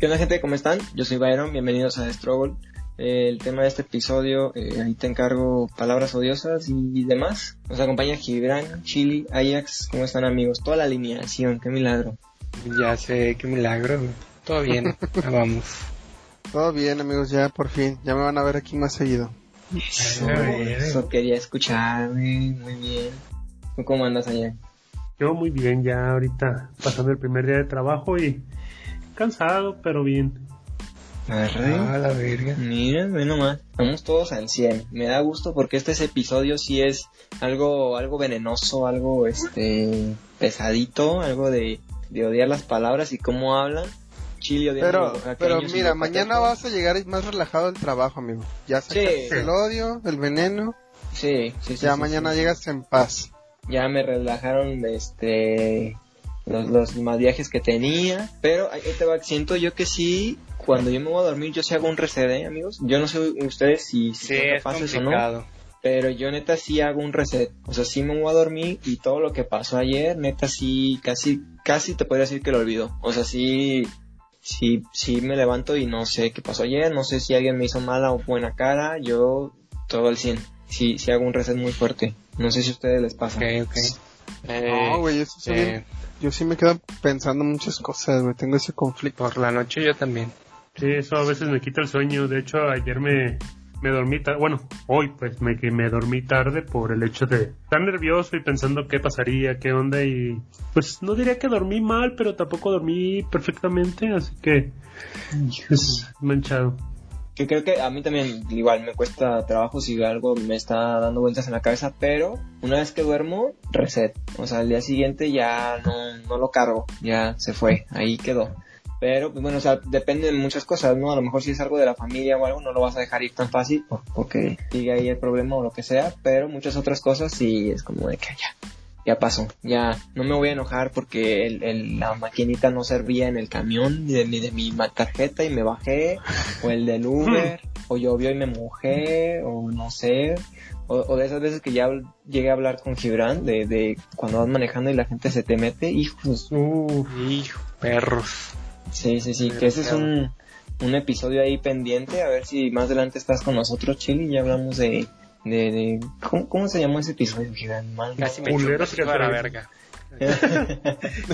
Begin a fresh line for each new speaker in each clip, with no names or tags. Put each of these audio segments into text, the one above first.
¿Qué onda gente? ¿Cómo están? Yo soy Byron, bienvenidos a Struggle. Eh, el tema de este episodio, eh, ahí te encargo palabras odiosas y demás. Nos acompaña Gibran, Chili, Ajax, ¿cómo están amigos? Toda la alineación, qué milagro.
Ya sé, qué milagro. güey. Todo bien, ya vamos.
Todo bien, amigos, ya por fin. Ya me van a ver aquí más seguido.
Eso,
bien.
eso quería escucharme, muy bien. ¿Tú cómo andas allá?
Yo muy bien, ya ahorita pasando el primer día de trabajo y cansado, pero bien.
Ah, la verga.
Mira, ve nomás, estamos todos al 100. Me da gusto porque este episodio sí es algo, algo venenoso, algo este pesadito, algo de, de odiar las palabras y cómo hablan. Chile odiando a
Pero,
los oaxaqueños
pero
y los
mira, mañana
yucatecos.
vas a llegar más relajado del trabajo, amigo. Ya sacaste
Sí.
el odio, el veneno.
Sí, sí, sí.
ya
sí,
mañana
sí.
llegas en paz.
Ya me relajaron este los, los más viajes que tenía. Pero ahí te va, siento yo que sí, cuando yo me voy a dormir, yo sí hago un reset, ¿eh, amigos. Yo no sé ustedes si, si
Sí,
son
es
capaces o no.
complicado.
Pero yo neta sí hago un reset. O sea, sí me voy a dormir y todo lo que pasó ayer, neta sí, casi, casi te podría decir que lo olvido. O sea, sí, sí, sí me levanto y no sé qué pasó ayer, no sé si alguien me hizo mala o buena cara, yo todo al 100. Sí, sí hago un reset muy fuerte. No sé si a ustedes les pasa.
Ok, ok. Eh,
No, güey, eso sí,
eh,
Yo sí me quedo pensando muchas cosas, güey. Tengo ese conflicto.
por la noche yo también.
Sí, eso a veces me quita el sueño. De hecho, ayer me, me dormí tarde. Bueno, hoy pues me, que me dormí tarde por el hecho de estar nervioso y pensando qué pasaría, qué onda. Y pues no diría que dormí mal, pero tampoco dormí perfectamente. Así que es manchado.
que creo que a mí también igual me cuesta trabajo si algo me está dando vueltas en la cabeza, pero una vez que duermo, reset. O sea, al día siguiente ya no, no lo cargo, ya se fue, ahí quedó. Pero, pues bueno, o sea, depende de muchas cosas, ¿no? A lo mejor si es algo de la familia o algo, no lo vas a dejar ir tan fácil por- porque sigue ahí el problema o lo que sea, pero muchas otras cosas sí es como de que ya, ya pasó, ya no me voy a enojar porque el- el- la maquinita no servía en el camión ni de, ni de mi ma- tarjeta y me bajé, o el del Uber, o llovió y me mojé, o no sé, o, o de esas veces que ya habl- llegué a hablar con Gibran, de, de cuando vas manejando y la gente se te mete, hijos,
Uf,
Hijo, perros.
sí, sí, sí, que ese es un, un episodio ahí pendiente, a ver si más adelante estás con nosotros, Chili, y ya hablamos de... De, de- ¿cómo, cómo se llamó ese episodio, Gibran? Mal-
Casi me
Culeros
chupó
que
a la
traes.
verga.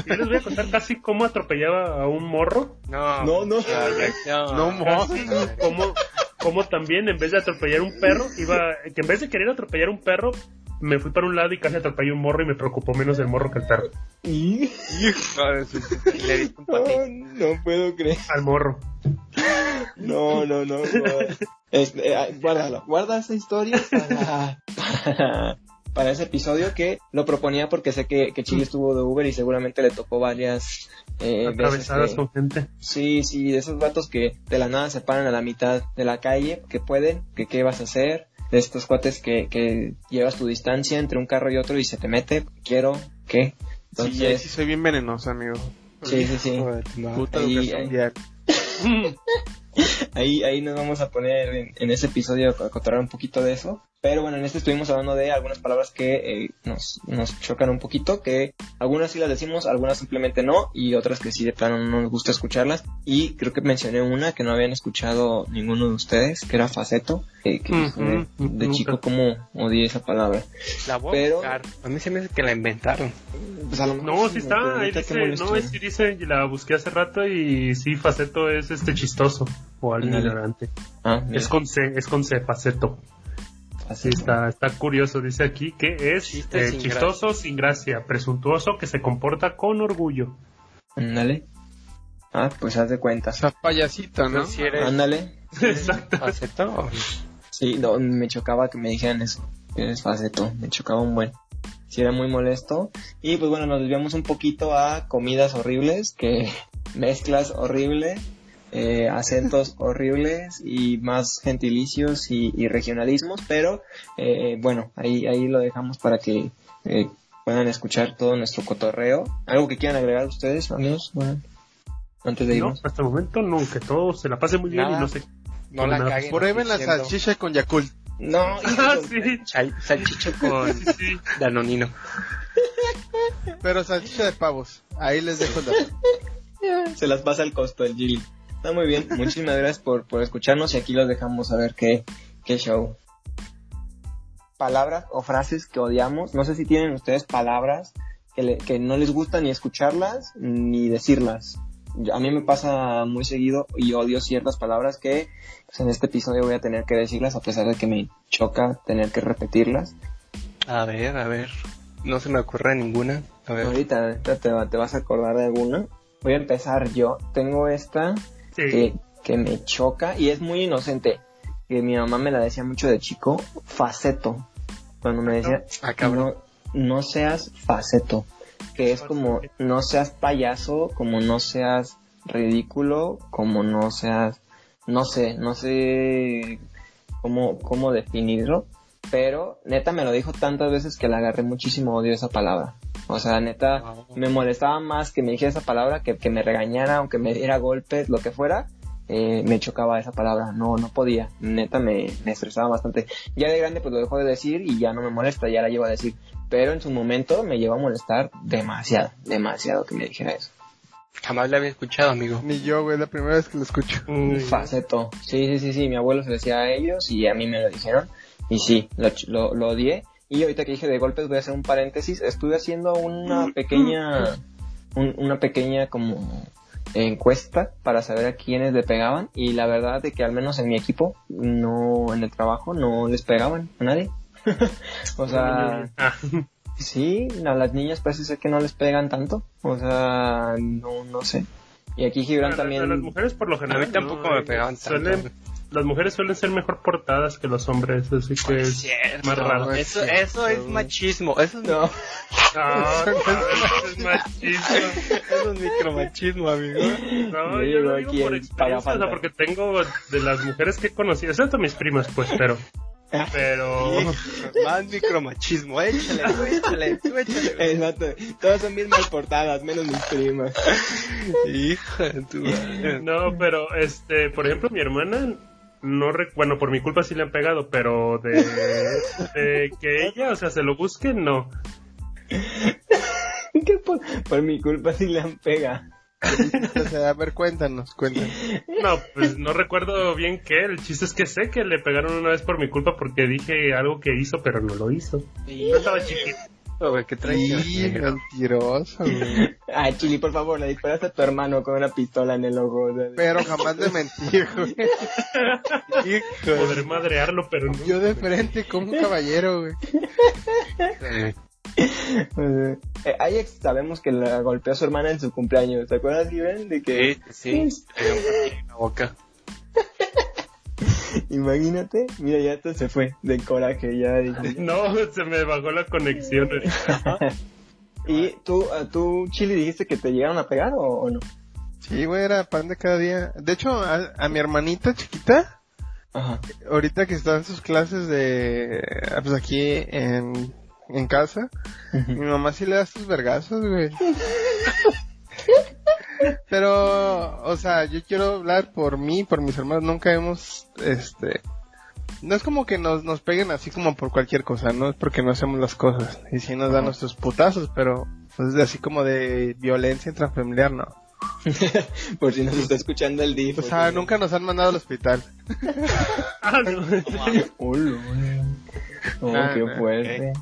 yo les voy a contar casi cómo atropellaba a un morro.
No,
No, no.
ya, ya, No,
No, mo.
Casi, no.
como, como también en vez de atropellar un perro, iba, que en vez de querer atropellar un perro, me fui para un lado y casi atropellé un morro y me preocupó menos el morro que el perro.
Y-
Hijo de su- Le diste un
Oh,
patín.
no puedo creer.
Al morro.
No, no, no. guarda. Este, eh, ah, guárdalo. Guarda esa historia para, para, para ese episodio que lo proponía porque sé que, que Chile estuvo de Uber y seguramente le tocó varias eh, veces
atravesadas
de-
con gente.
Sí, sí, de esos vatos que de la nada se paran a la mitad de la calle, que pueden, que qué vas a hacer, de estos cuates que, que llevas tu distancia entre un carro y otro y se te mete, quiero, ¿qué?
Sí, ahí
Entonces,
sí soy bien venenoso, amigo.
sí, sí, sí.
Hijo de tu madre. Puta
Ahí,
educación
ahí.
diaria.
Ahí, ahí nos vamos a poner en, en ese episodio a contar un poquito de eso. Pero bueno, en este estuvimos hablando de algunas palabras que eh, nos, nos chocan un poquito, que algunas sí las decimos, algunas simplemente no, y otras que sí de plano no nos gusta escucharlas. Y creo que mencioné una que no habían escuchado ninguno de ustedes, que era faceto, eh, que
Ujú,
de, de
ujú.
chico como odié esa palabra.
La voy a
Pero-
buscar. A mí se me hace que la inventaron.
Pues a lo mejor
No,
sí,
sí
pero
está, ahí
ahorita qué
dice,
molesto.
no, sí dice, la busqué hace rato y sí, faceto es este chistoso o alguien
Ándale.
ignorante.
Ah, mira,
Es con C, es con C, faceto. Sí,
faceto.
está, está curioso, dice aquí que es
Chiste
eh,
sin
chistoso, sin gracia, presuntuoso, que se comporta con orgullo.
Ándale. Ah, pues haz de
O
cuentas.
sea, payasito, ¿no? Ah,
No, si eres
Ándale.
Exacto.
faceto o-
Sí, no, me chocaba que me dijeran eso. que Eres faceto, me chocaba un buen. Sí, era muy molesto. Y pues bueno, nos desviamos un poquito a comidas horribles, que mezclas horrible, eh, acentos horribles y más gentilicios y, y regionalismos. Pero eh, bueno, ahí, ahí lo dejamos para que eh, puedan escuchar todo nuestro cotorreo. ¿Algo que quieran agregar ustedes, amigos? Bueno, antes de
No,
irnos.
hasta el momento no, que todo se la pase muy bien
Nada.
y no sé.
No la
Nada.
caguen.
Prueben la
diciendo
salchicha con Yakult.
No,
Ah, sí.
sal- Salchicho con
Sí, sí.
danonino.
Pero salchicha de pavos. Ahí les dejo el dato.
se las pasa el costo el Gili. Está muy bien. Muchísimas gracias por, por escucharnos y aquí los dejamos a ver qué, qué show. Palabras o frases que odiamos. No sé si tienen ustedes palabras que, le- que no les gusta ni escucharlas ni decirlas. Yo- A mí me pasa muy seguido y odio ciertas palabras que pues, en este episodio voy a tener que decirlas a pesar de que me choca tener que repetirlas.
A ver, a ver. No se me ocurre ninguna. A ver.
Ahorita, ahorita te, va- te vas a acordar de alguna. Voy a empezar yo. Tengo esta
Sí.
que, que me choca y es muy inocente. Que mi mamá me la decía mucho de chico, faceto. Cuando me decía,
Ah, cabrón.
no, no seas faceto. Que es como, no seas payaso, como no seas ridículo, como no seas, no sé, no sé cómo, cómo definirlo. Pero neta me lo dijo tantas veces que le agarré muchísimo odio a esa palabra. O sea, neta,
Wow.
me molestaba más que me dijera esa palabra, que, que me regañara, aunque me diera golpes, lo que fuera. eh, me chocaba esa palabra, no, no podía, neta me, me estresaba bastante. Ya de grande pues lo dejo de decir y ya no me molesta, ya la llevo a decir. Pero en su momento me lleva a molestar demasiado, demasiado que me dijera eso.
Jamás la había escuchado, amigo.
Ni yo, güey, es la primera vez que lo escucho.
Mm,
Faceto. Sí, sí, sí, sí, mi abuelo se lo decía a ellos y a mí me lo dijeron. Y sí, lo, ch- lo, lo odié. Y ahorita que dije de golpes voy a hacer un paréntesis. Estuve haciendo una pequeña, un- una pequeña como encuesta para saber a quiénes le pegaban y la verdad de que al menos en mi equipo, no, en el trabajo, no les pegaban a nadie. o sea,
Ah,
Sí, a las niñas parece ser que no les pegan tanto. O sea, no, no sé. Y aquí Gibran
a las- a las
también.
mujeres por lo general.
A mí tampoco
¿no?
me pegaban
Suelen-
tanto.
Las mujeres suelen ser mejor portadas que los hombres, así que.
Es cierto.
pues, más raro.
Eso, eso es machismo. Eso es,
No,
Ah, es machismo.
eso es micromachismo, amigo.
No,
Yo digo
yo lo digo
aquí
por
el
experiencia, o sea,
parafanta.
porque tengo de las mujeres que he conocido, excepto mis primas, pues, pero. Pero.
Más micromachismo. Échale, tú échale, tú échale.
exacto. Todas son bien mal portadas, menos mis primas.
Hija de tu madre.
No, pero, este, por ejemplo, mi hermana. No re- bueno, por mi culpa sí le han pegado, pero de, de que ella, o sea, se lo busque, no.
¿Qué por, por mi culpa si le han pega.
O sea, a ver, cuéntanos, cuéntanos.
No, pues no recuerdo bien qué. El chiste es que sé que le pegaron una vez por mi culpa porque dije algo que hizo, pero no lo hizo. Yo estaba chiquito.
Oh, güey, qué traición.
Sí, mentiroso, güey.
Ay, Chili, por favor, le disparaste a tu hermano con una pistola en el ojo. o sea,
Pero jamás le mentí, güey. Hijo,
Poder madrearlo, pero no.
yo de frente como un caballero, güey.
o sea, eh, Ajax sabemos que la golpeó a su hermana en su cumpleaños. ¿Te acuerdas, Gibran? De que.
Sí, sí. Tengo un platillo en la boca.
Imagínate. Mira, ya hasta se fue de coraje. Ya dijo,
No, se me bajó la conexión.
¿Y tú, ah, tú, Chili, dijiste que te llegaron a pegar o, o no?
Sí, güey, era pan de cada día. De hecho, a, a mi hermanita chiquita,
Ajá.
ahorita que está en sus clases de... ah, Pues aquí en, en casa, mi mamá sí le da sus vergazos, güey. Pero, o sea, yo quiero hablar por mí, por mis hermanos. Nunca hemos, este... No es como que nos, nos peguen así como por cualquier cosa, no es porque no hacemos las cosas. Y sí nos dan nuestros putazos, pero pues, así como de violencia intrafamiliar, no.
Por si nos está escuchando el DIF.
O sea, nunca nos han mandado al hospital.
Ah, no.
Hola, Oh,
Ah,
qué
ok.
fuerte.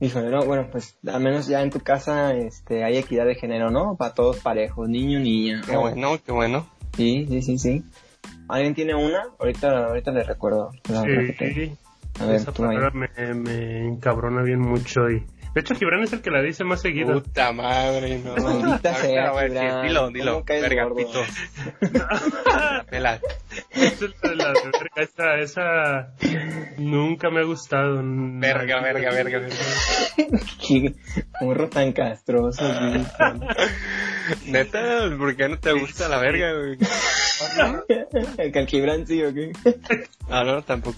Híjole, no, bueno, pues al menos ya en tu casa este, hay equidad de género, ¿no? Para todos parejos, niño, niña. Oh,
Qué bueno, qué bueno.
Sí, sí, sí, sí. ¿Alguien tiene una? Ahorita, ahorita le recuerdo. la otra que tengo.
Sí,
A ver,
esa
tú ahí.
palabra me, me encabrona bien mucho. y De hecho, Gibran es el que la dice más seguido.
Puta madre, no.
Maldita
Ahorita
sea,
la voy a decir.
Gibran.
Dilo, dilo.
¿Cómo caes
Verga,
gordo?
pito. Pela.
Es la de la de verga, esa, esa nunca me ha gustado.
Verga, verga, verga, verga.
Qué morro tan castroso. sí.
Neta, ¿por qué no te gusta la verga, güey?
El calquibrán, sí, ¿o qué?
No, no, tampoco.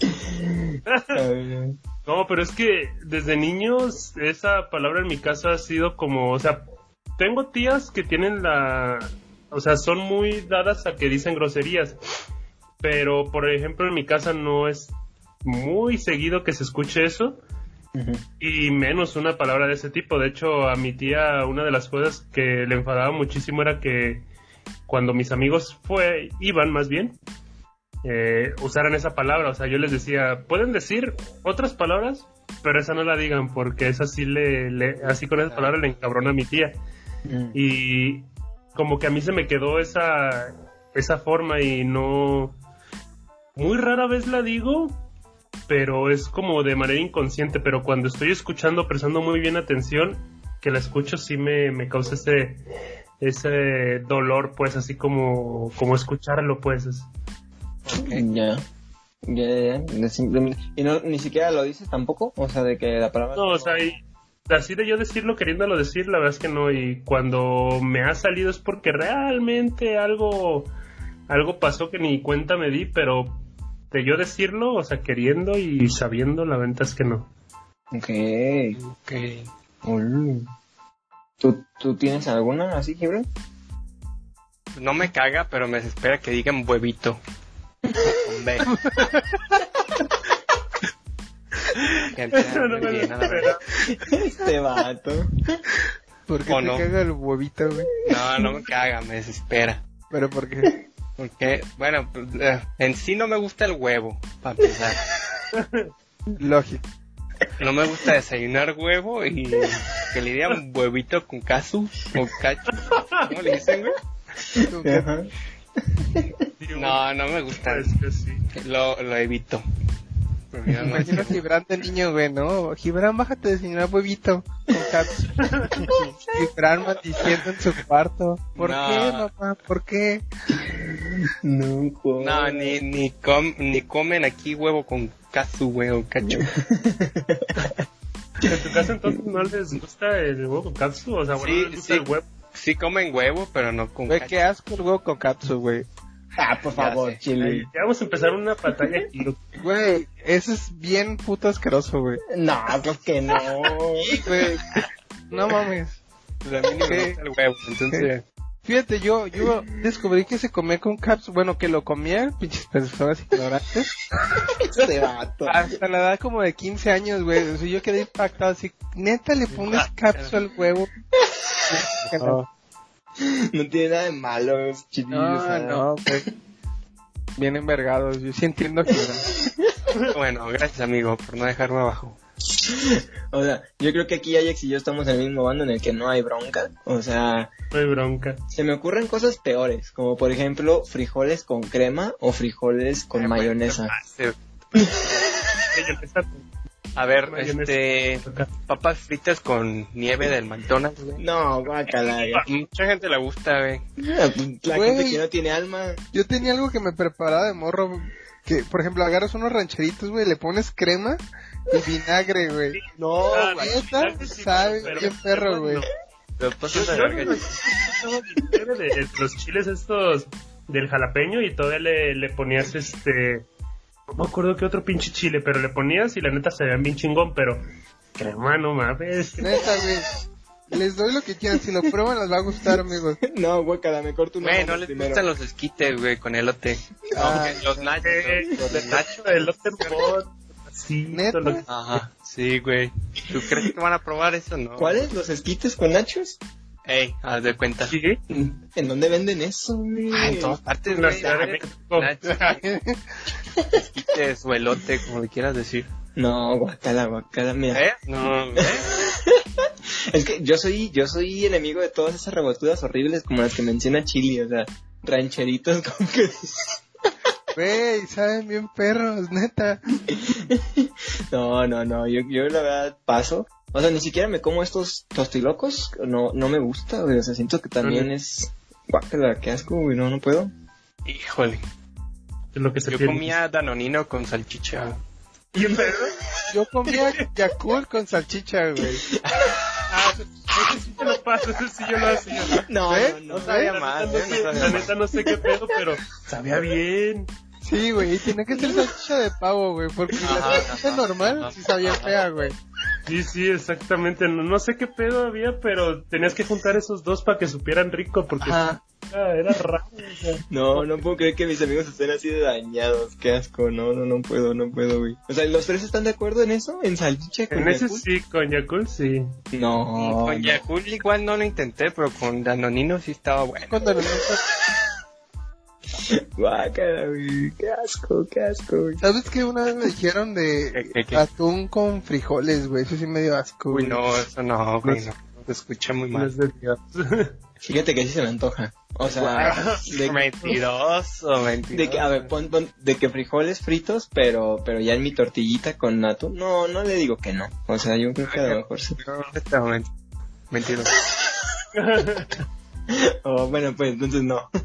Ay,
No, pero es que desde niños esa palabra en mi casa ha sido como, o sea, tengo tías que tienen la, o sea, son muy dadas a que dicen groserías, pero por ejemplo en mi casa no es muy seguido que se escuche eso
Ujú.
y menos una palabra de ese tipo. De hecho, a mi tía una de las cosas que le enfadaba muchísimo era que cuando mis amigos fue, iban más bien, eh, usaran esa palabra. O sea, yo les decía, pueden decir otras palabras, pero esa no la digan, porque esa sí le, le- así con esa palabra le encabrona a mi tía. Y como que a mí se me quedó esa, esa forma y no... Muy rara vez la digo, pero es como de manera inconsciente, pero cuando estoy escuchando, prestando muy bien atención, que la escucho sí me, me causa ese, ese dolor, pues así como, como escucharlo, pues. es-
Mm, Ya. Ya, ya, ya. Simplemente- Y no, ni siquiera lo dices tampoco, o sea, de que la palabra...
No, o sea, y así de yo decirlo, queriéndolo decir, la verdad es que no. Y cuando me ha salido es porque realmente algo, algo pasó que ni cuenta me di, pero de yo decirlo, o sea, queriendo y sabiendo, la venta es que no.
Ok.
Ok.
Mm. ¿Tú, ¿Tú tienes alguna así, Gibran?
No me caga, pero me desespera que digan huevito. Con B. Gente,
Eso no me
muy bien, a la
espera.
verga.
Este vato.
¿Por qué
¿O
te
no?
caga el huevito, güey?
No, no me caga, me desespera.
Pero porque
Porque, bueno, pues, eh, en sí no me gusta el huevo, para empezar.
lógico.
No me gusta desayunar huevo y que le digan huevito con casu o cacho. ¿Cómo le dicen, güey?
Ajá.
Digo,
No, no me gusta.
es que sí.
Lo, lo evito. Prefiero no
Imagino a
decirlo.
Gibran de niño, güey, ¿no? Gibran, bájate de señora huevito. Con caps. Gibran maldiciendo en su cuarto. ¿Por
No.
qué, mamá? ¿Por qué?
No, joder.
No, ni, ni, com- ni comen aquí huevo con casu, güey, o cacho.
En tu casa entonces no les gusta el huevo con capsu, o sea, bueno,
Sí,
no les gusta
sí.
el huevo.
Sí comen huevo, pero no con
Güey,
cacho.
qué asco el huevo con capsu, güey.
Ah, por favor,
sé.
Ay,
chile.
ya vamos a empezar una batalla aquí. lo-
Güey, eso es bien puto asqueroso, güey.
No, pues que no.
Güey, no mames.
Pues a mí ni me gusta el huevo, entonces...
Fíjate, yo, yo descubrí que se comía con caps, bueno, que lo comía, pinches personas ignorantes.
Este vato.
Hasta la edad como de 15 años, güey. O sea, yo quedé impactado así. Neta, le pones capsu al huevo. No,
No tiene nada de malo, es chile. o sea.
no, güey. Bien envergados. Yo sí entiendo que.
Bueno, gracias, amigo, por no dejarme abajo.
O sea, yo creo que aquí Ajax y yo estamos en el mismo bando en el que no hay bronca. O sea,
No hay bronca.
se me ocurren cosas peores, como por ejemplo frijoles con crema o frijoles con
Eh, bueno,
mayonesa.
se-
Ella empieza
A ver,
Mayonesa.
este,
con capsu.
papas fritas con nieve del McDonald's, güey.
No, guacala.
A Mucha gente le gusta, güey.
La gente
Güey.
que no tiene alma.
Yo tenía algo que me preparaba de morro. Que, por ejemplo, agarras unos rancheritos, güey, le pones crema y vinagre, güey.
Oh,
No,
Ah,
güey.
Neta,
vinagre sí,
sabe
pero-
bien perro, güey.
no.
Los
Yo-
pasos de
yo no
verga.
me gustaba vinagre de, de los chiles estos del jalapeño y todavía le, le ponías este no me acuerdo qué otro pinche chile pero le ponías y la neta se veían bien chingón pero crema no mames
Neta, güey. Les doy lo que quieran. Si lo prueban, les va a gustar, amigos.
No, guacala, mejor tú
Güey, no les
primero.
gustan los esquites, güey, con elote. Aunque Ah, los nachos,
Eh,
los- los nachos.
el lote bot, así
¿Neta?
todo lo que-
Ajá, sí, güey. ¿Tú crees que van a probar eso, no?
¿Cuáles? ¿Los esquites con nachos?
Ey, haz de cuenta.
sí
¿En dónde venden eso, güey?
Ah, en todas partes,
En la
güey.
Ciudad de
nachos,
México.
nachos, Esquites o elote, como le quieras decir.
No, guacala, guacala, mira.
¿Eh? No, ¿eh?
Es que yo soy, yo soy enemigo de todas esas reboturas horribles como las que menciona Chili, o sea, rancheritos con que...
Güey, saben bien perros, neta.
No, no, no, yo, yo la verdad paso. O sea, ni siquiera me como estos tostilocos, no, no me gusta, güey, o sea, siento que también
Ujú.
es... Guacala, qué asco, güey, no, no puedo.
Híjole.
de lo que se
Yo
pierde.
comía danonino con salchicha.
Bien, ¿verdad?
Yo comía Yakul con salchicha, güey.
Ah, ese sí te lo paso, ese sí yo lo hacía.
No,
¿Eh?
no, no.
sabía
La
mal,
neta
eh,
no
no sabía
sé- la
mal.
neta no sé qué pedo, pero sabía bien.
Sí, güey, y tenía que ser salchicha de pavo, güey, porque
Ajá,
la salchicha
ajá,
normal
ajá.
sí sabía fea, güey.
Sí, sí, exactamente. No, no sé qué pedo había, pero tenías que juntar esos dos para que supieran rico, porque
Ajá.
era, era raro. o sea.
No, no puedo creer que mis amigos estén así de dañados. Qué asco. No, no, no puedo, no puedo, güey. O sea, ¿los tres están de acuerdo en eso? ¿En salchicha con
En ese
Yakult?
sí, con Yakul sí.
No.
con
no.
Yakult igual no lo intenté, pero con Danonino sí estaba bueno.
Cuando lo-
Guácala, güey. Qué asco, qué asco, güey.
¿Sabes que una vez me dijeron
¿Qué,
de
qué, qué?
atún con frijoles, güey? Eso sí me dio asco.
Uy,
güey.
no, eso no, güey, no. Se escucha muy
No
mal.
es de Dios.
Fíjate que sí se me antoja. O sea, de,
Mentiroso, mentiroso.
de que, a ver, pon, pon- de que frijoles fritos, pero, pero ya en mi tortillita con nato. No, no le digo que no. O sea, yo creo que a lo mejor sí.
No, está men- Este mentiroso.
Oh, bueno, pues entonces no.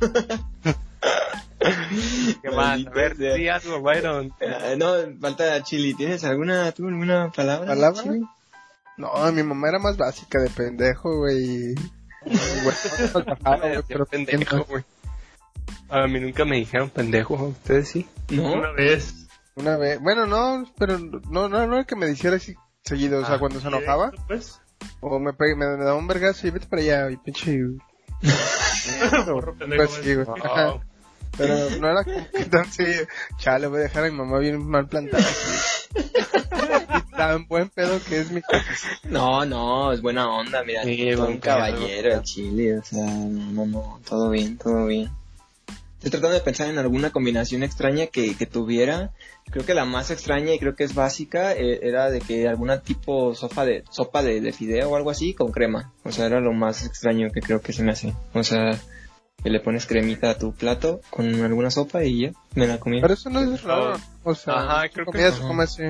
¿Qué más? A
Maldita
ver,
sea.
di algo, Byron.
Eh, no, falta chili. ¿Tienes alguna, tú, alguna palabra?
¿Palabra?
Chili?
No, mi mamá era más básica de pendejo, güey. y- Güey, no nos
Ah, me
bajaba, güey,
decían
pero
pendejo, güey. A mí nunca me dijeron pendejo, ¿a ustedes sí?
No.
Una vez.
Una vez, bueno, no, pero no, no, no era que me dijera así seguido, o sea,
Ah,
cuando se enojaba,
Pues,
o me, pe- me, me daba un vergazo y vete para allá, y pinche.
porro pendejo. eh.
Pues sí, güey.
No,
Pero no era como que tan seguido. Chale, voy a dejar a mi mamá bien mal plantada. y tan buen pedo que es mi.
No, no, es buena onda, mira.
Sí,
todo
buen
un
pedo,
caballero el chile, o sea, no, no, todo bien, todo bien. Estoy tratando de pensar en alguna combinación extraña que, que tuviera. Creo que la más extraña y creo que es básica eh, era de que alguna tipo sopa de sopa de, de fideo o algo así con crema. O sea, era lo más extraño que creo que se me hace. O sea, que le pones cremita a tu plato con alguna sopa y ya, me la comí.
Pero eso no es raro. O sea,
Ajá, creo que-
comida se come así.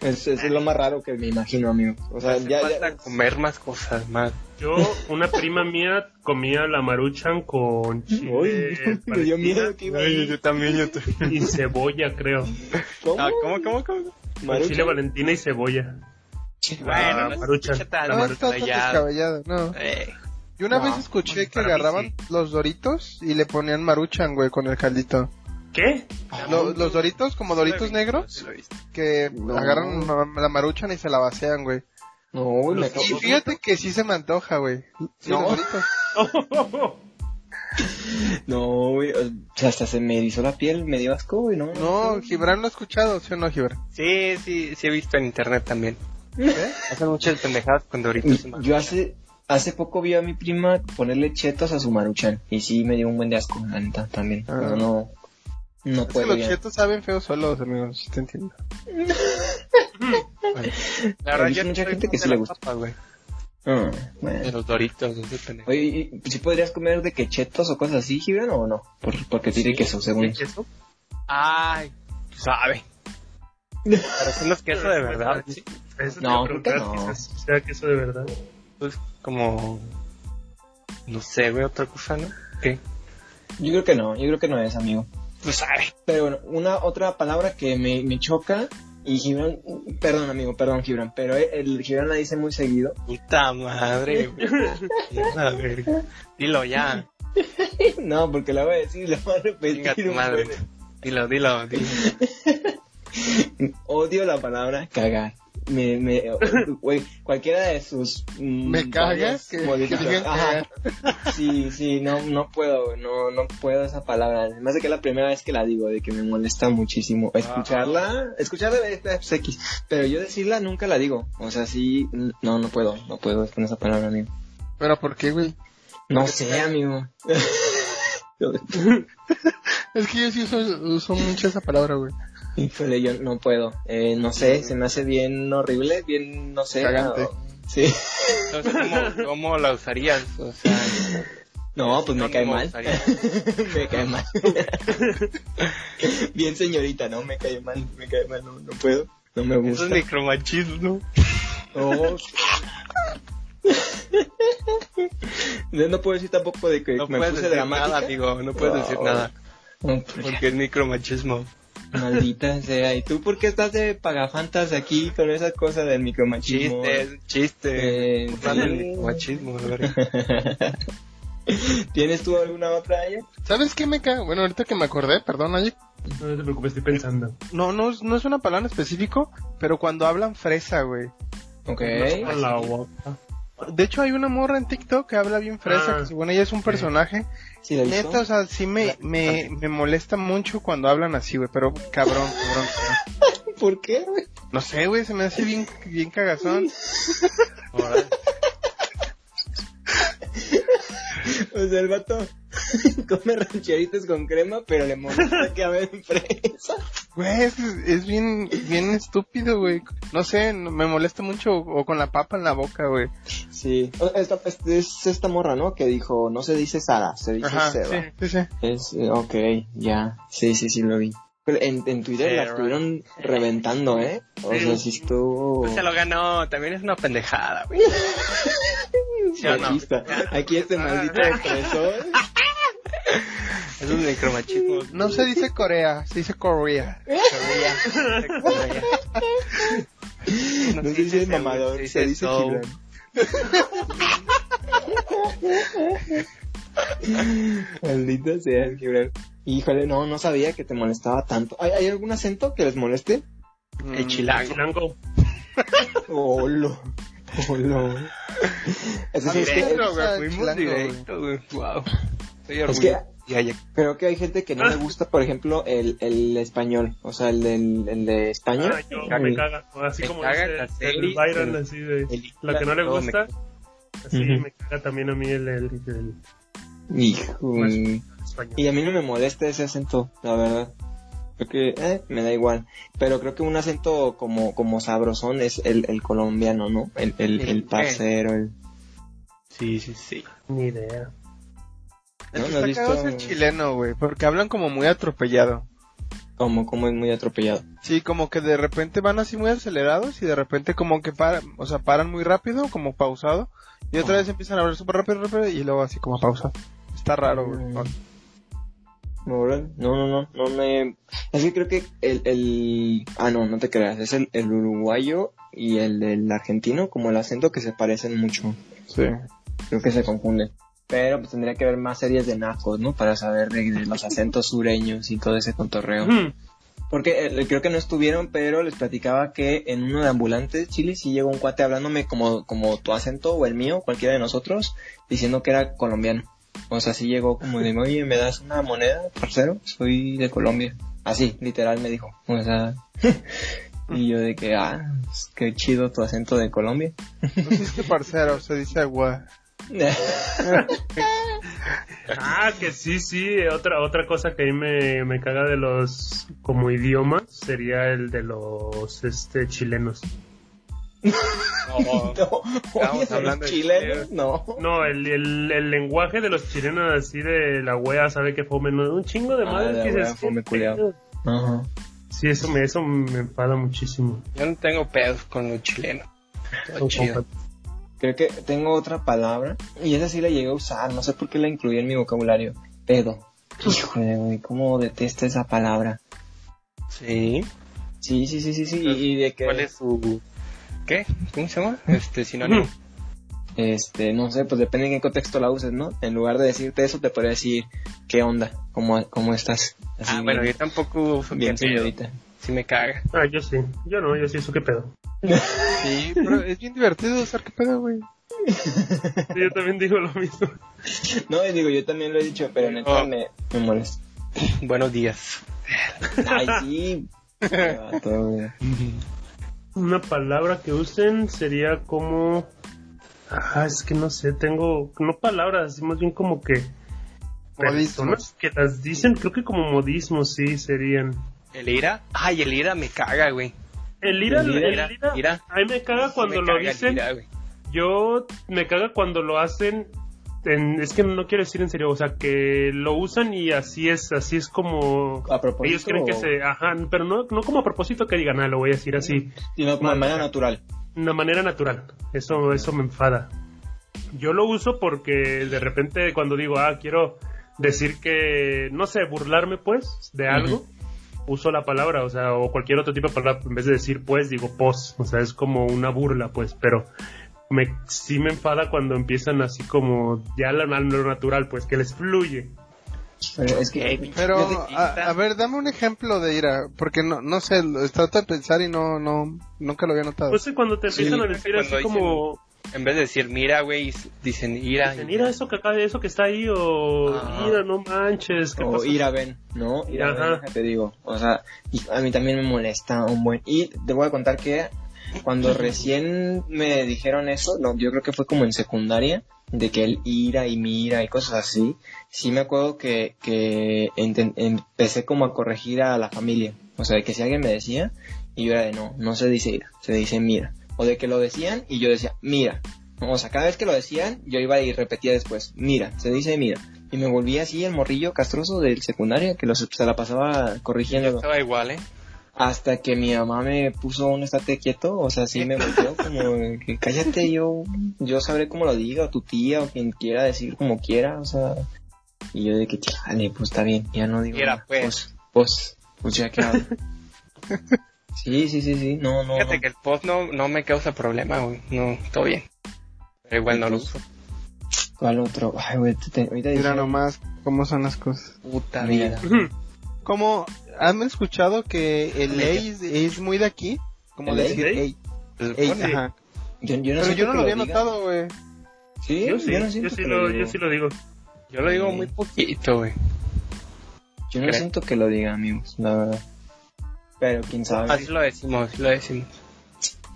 Es, es lo más raro que me imagino, amigo. O sea,
hace
ya,
falta
ya-
comer más cosas, más.
Yo, una prima mía comía la maruchan con chile
Uy, me dio miedo que iba a ir.
también, yo te...
y cebolla, creo.
¿Cómo?
Ah, ¿cómo, cómo, cómo? Ah,
Con
Maruchan.
chile valentina y cebolla.
Bueno, no se
Maruchan.
escucha tan
La
No, está tan
descabellado.
descabellado, no.
Eh,
Yo una
No,
vez escuché que
para mí
agarraban
sí.
los doritos y le ponían maruchan, güey, con el caldito.
¿Qué?
Lo- los doritos, como doritos
sí lo he visto, sí
negros,
lo he visto.
que
No.
agarran ma- la maruchan y se la vacean, güey.
No, güey, me
Los
acabo-
Y fíjate que sí se me antoja, güey. Sí,
No.
los doritos.
No, güey, o sea, hasta se me erizó la piel, me dio asco, güey, no.
No, Gibran lo ha escuchado, ¿sí o no, Gibran?
Sí, sí, sí he visto en internet también.
¿Eh?
Hacen muchas pendejadas con doritos.
Y Yo hace hace poco vi a mi prima ponerle chetos a su maruchan y sí me dio un buen de asco, la neta, también.
Ah.
Pero no no
Es que
puedo
los
ya.
chetos saben feos solos, amigos, te entiendo.
La
he visto Eh, mucha gente
soy fan
que
de
sí le
las
gusta.
papas, güey.
Ah,
De
bueno.
los doritos, de ese pendejo.
Oye, ¿y- ¿sí podrías comer de que chetos o cosas así, Gibran, o no? Por- porque tiene queso, según.
¿Qué queso?
Ay, tú sabes. Pero son los quesos de verdad, ¿sí?
Eso te
No,
iba a preguntar,
creo que no.
quizás sea queso de verdad.
Pues como... No sé, güey, otra cosa, ¿no? ¿Qué?
Yo creo que no, yo creo que no es, amigo.
Tú sabes.
Pero bueno, una otra palabra que me, me choca y Gibran, perdón amigo, perdón Gibran, pero el, el Gibran la dice muy seguido.
Puta madre, güey. A ver, dilo ya.
No, porque la voy a decir, la voy a
Venga,
repetir.
tu
un
madre. Dilo, dilo, dilo.
buen- Odio la palabra cagar. Me, me, güey, cualquiera de sus. mm,
¿Me
varios
cagas? Que- que
modificados.
digan "Eh,
Ajá. Sí, sí, no, no puedo, güey, no, no puedo esa palabra. Además de que es la primera vez que la digo, de que me molesta muchísimo. Escucharla, escucharla es es pues, X, pero yo decirla nunca la digo. O sea, sí, no, no puedo, no puedo con esa palabra, amigo.
¿Pero por qué, güey?
No sé, amigo.
Es que yo sí uso, uso mucho esa palabra, güey.
Híjole, yo no puedo. Eh, no sé, se me hace bien horrible, bien, no sé.
Cagante.
ah, Sí.
Entonces, ¿cómo, cómo la usarías? O sea,
No, pues me
¿cómo
cae
la
mal.
usarías?
me cae mal. bien señorita, no, me cae mal, me cae mal, no, no puedo. No me
Eso
gusta.
es micromachismo.
No. No, no puedo decir tampoco de que
No
me
puedes
puse
decir
dramática.
nada, amigo. No puedes decir
Wow.
nada.
No, pues,
Porque es micromachismo.
maldita sea. ¿Y tú por qué estás de pagafantas aquí con esa cosa del micromachismo?
Chiste, chiste.
Eh,
Usando el
sí.
micromachismo, la verdad.
¿Tienes tú alguna otra, Ayo?
¿Sabes qué me caga? Bueno, ahorita que me acordé, perdón, Ayo.
No te preocupes, estoy pensando.
No, no, es- no es una palabra en específico, pero cuando hablan fresa, güey.
Ok.
Con la boca.
De hecho, hay una morra en TikTok que habla bien fresa,
Ah.
que según ella es un personaje.
Sí, la he visto.
Neta, o sea, sí me, me, me molesta mucho cuando hablan así, güey, pero cabrón, cabrón. cabrón.
¿Por qué, güey?
No sé, güey, se me hace bien, bien cagazón.
Ahora,
O sea, el vato come rancheritas con crema, pero le molesta que haga empresa.
Güey, es, es bien, bien estúpido, güey. No sé, no- me molesta mucho o, o con la papa en la boca, güey.
Sí. O- Esta, es- es esta morra, ¿no? Que dijo, no se dice Sara, se dice
Ajá, sí,
Seba.
sí, sí.
Es, eh, ok, ya. Sí, sí, sí, lo vi. Pero En, en Twitter la
Pero-
estuvieron reventando, ¿eh? O
Sí.
sea, sí estuvo...
pues se lo ganó, también es una pendejada, güey. ¿Sí o no?
machista. Aquí este maldito expresor.
Es un micromachismo.
No se dice Corea, se dice Korea.
No
se
se dice
dice
mamador,
Seúl,
se dice
Seúl.
Gibran. Maldita sea el Gibran. Híjole, no, no sabía que te molestaba tanto. ¿Hay, hay algún acento que les moleste?
Mm.
El chilango.
Chilango.
Olo. Olo. Es decir, es que-
Directo, güey,
Fuimos
Ah, chilango, güey.
directo, güey. Wow. Estoy
Es que-
orgulloso. Ya, ya.
Creo que hay gente que no le gusta, por ejemplo, el, el español, o sea, el, del- el de España.
Ah, yo,
El-
me caga. Así
Me
como
caga
dice
las
el
series,
Byron,
las
así de.
películas,
Lo que no le
todo me-
gusta. Así
Ujú.
me caga también a mí el, el, el
Hijo.
español.
Y a mí no me molesta ese acento, la verdad. Creo que eh, me da igual. Pero creo que un acento como, como sabrosón es el, el colombiano, ¿no? El, el, el eh. parcero, el...
Sí, sí, sí.
Ni idea.
El
¿no?
que
¿No has
está cagado es
visto?
el chileno, güey, porque hablan como muy atropellado.
Como, como es muy atropellado.
Sí, como que de repente van así muy acelerados y de repente como que paran, o sea, paran muy rápido, como pausado, y otra vez empiezan a hablar súper rápido, rápido, y luego así como pausa. Está raro, güey.
Mm. No, no, no, no, no me... Es que creo que el... el... Ah, no, no te creas. Es el, el uruguayo y el, el argentino como el acento que se parecen mucho.
Sí.
Creo que se confunden. Pero pues tendría que ver más series de nacos, ¿no? Para saber de, de los acentos sureños y todo ese contorreo.
Ujú.
Porque eh, creo que no estuvieron, pero les platicaba que en uno de ambulantes Chile sí llegó un cuate hablándome como, como tu acento o el mío, cualquiera de nosotros, diciendo que era colombiano. O sea, sí llegó como de, oye, ¿me das una moneda, parcero? Soy de Colombia. Así, literal me dijo. O sea, y yo de que, ah, pues, qué chido tu acento de Colombia.
No se dice parcero, se dice agua.
Ah, que sí, sí. Otra, otra cosa que a mí me, me caga de los como idioma sería el de los este chilenos.
No,
No,
Estábamos
oye,
hablando de
chilenos, no.
No, el, el, el lenguaje de los chilenos así de la wea sabe que fue menos un chingo de
Ah,
madre
la
que
wea fome culiao. Ajá.
Sí, eso me, eso me enfada muchísimo.
yo no tengo pedos con los chilenos. Todo chido.
Creo que tengo otra palabra y esa sí la llegué a usar, no sé por qué la incluí en mi vocabulario. Pedo. Híjole, güey, cómo detesto esa palabra.
Sí.
Sí, sí, sí, sí, sí. Y de que,
¿Cuál es su. ¿Qué? ¿Cómo se llama? Este sinónimo.
este, no sé, pues depende en qué contexto la uses, ¿no? En lugar de decirte eso, te podría decir, ¿qué onda? ¿Cómo, cómo estás? Así,
ah, bueno, yo tampoco fue
bien
bien pedo.
señorita.
Sí me caga.
Ah, yo sí. Yo no, yo sí, eso qué pedo.
Sí, pero es bien divertido usar qué pedo, güey.
Sí, yo también digo lo mismo.
No, y digo, yo también lo he dicho, pero neta
Oh.
me, me molesta.
Buenos días.
Ay, sí. Qué vato, güey.
Una palabra que usen sería como... Ah, es que no sé, tengo... No palabras, así más bien como que... Personas
Modismos.
que las dicen, creo que como modismos, sí, serían.
¿El ira? Ay, el ira me caga, güey.
El ira,
El
el
ira,
ira,
ira.
a mí me caga cuando
Me
lo
caga el
dicen.
ira, güey.
Yo me caga cuando lo hacen. en- es que no quiero decir en serio, o sea, que lo usan y así es, así es como.
A propósito.
Ellos creen que
o-
se. Ajá, pero no, no como a propósito que digan, ah, lo voy a decir así.
sino como de manera natural.
De una manera natural. Eso, eso me enfada. Yo lo uso porque de repente cuando digo, ah, quiero decir que, no sé, burlarme pues de algo, uso la palabra, o sea, o cualquier otro tipo de palabra, en vez de decir pues, digo pos, o sea, es como una burla pues, pero me, sí me enfada cuando empiezan así como ya lo, lo natural pues, que les fluye.
Pero es que.
Pero,
Yo te-
a, a ver, dame un ejemplo de ira, porque no, no sé, lo- trato de pensar y no, no, nunca lo había notado.
No sé, cuando te
Sí.
empiezan a decir
Cuando
así como,
En vez de decir, mira, güey, dicen, ira.
Dicen, mira eso que acá, eso que está ahí, o
Ajá.
mira, no manches, ¿qué
O
pasó?
ir a Ben, ¿no? Ir a
Ajá.
Ben, te digo. O sea, y a mí también me molesta un buen. Y te voy a contar que cuando recién me dijeron eso, no, yo creo que fue como en secundaria, de que el ira y mira y cosas así, sí me acuerdo que, que enten- empecé como a corregir a la familia. O sea, de que si alguien me decía, y yo era de no, no se dice ira, se dice mira. O de que lo decían y yo decía, mira. O sea, cada vez que lo decían, yo iba y repetía después, mira, se dice mira. Y me volví así el morrillo castroso del secundaria, que los, se la pasaba corrigiéndolo.
Estaba igual, ¿eh?
Hasta que mi mamá me puso un estate quieto, o sea, sí me volteó como que cállate, yo, yo sabré cómo lo diga, o tu tía, o quien quiera decir como quiera, o sea. Y yo de que, chale, pues está bien, ya no digo
Quiera,
nada.
pues.
pues, pues, pues ya que hablo. Sí, sí, sí, sí, no, no.
Fíjate
no.
que el post no, no me causa problema, güey. No, todo bien. Pero igual no lo uso.
¿Cuál otro? Ay, güey, te- te- ahorita
Mira
dije-
nomás cómo son las cosas.
Puta
Mira.
vida.
¿Cómo han escuchado que el
Ey.
ey es, es muy de aquí? Como
¿El
decir
ey?
ey,
Se
ey,
supone.
ajá.
Yo, yo no
Pero
siento
yo no
que
lo había
diga.
notado, güey.
Sí,
Yo sí,
no
yo
siento
sí,
que
lo,
diga.
yo sí lo digo.
Yo lo digo muy poquito, güey.
Yo no
Creo.
siento que lo diga, amigos, la verdad. Pero quién sabe.
Así lo decimos, así lo decimos.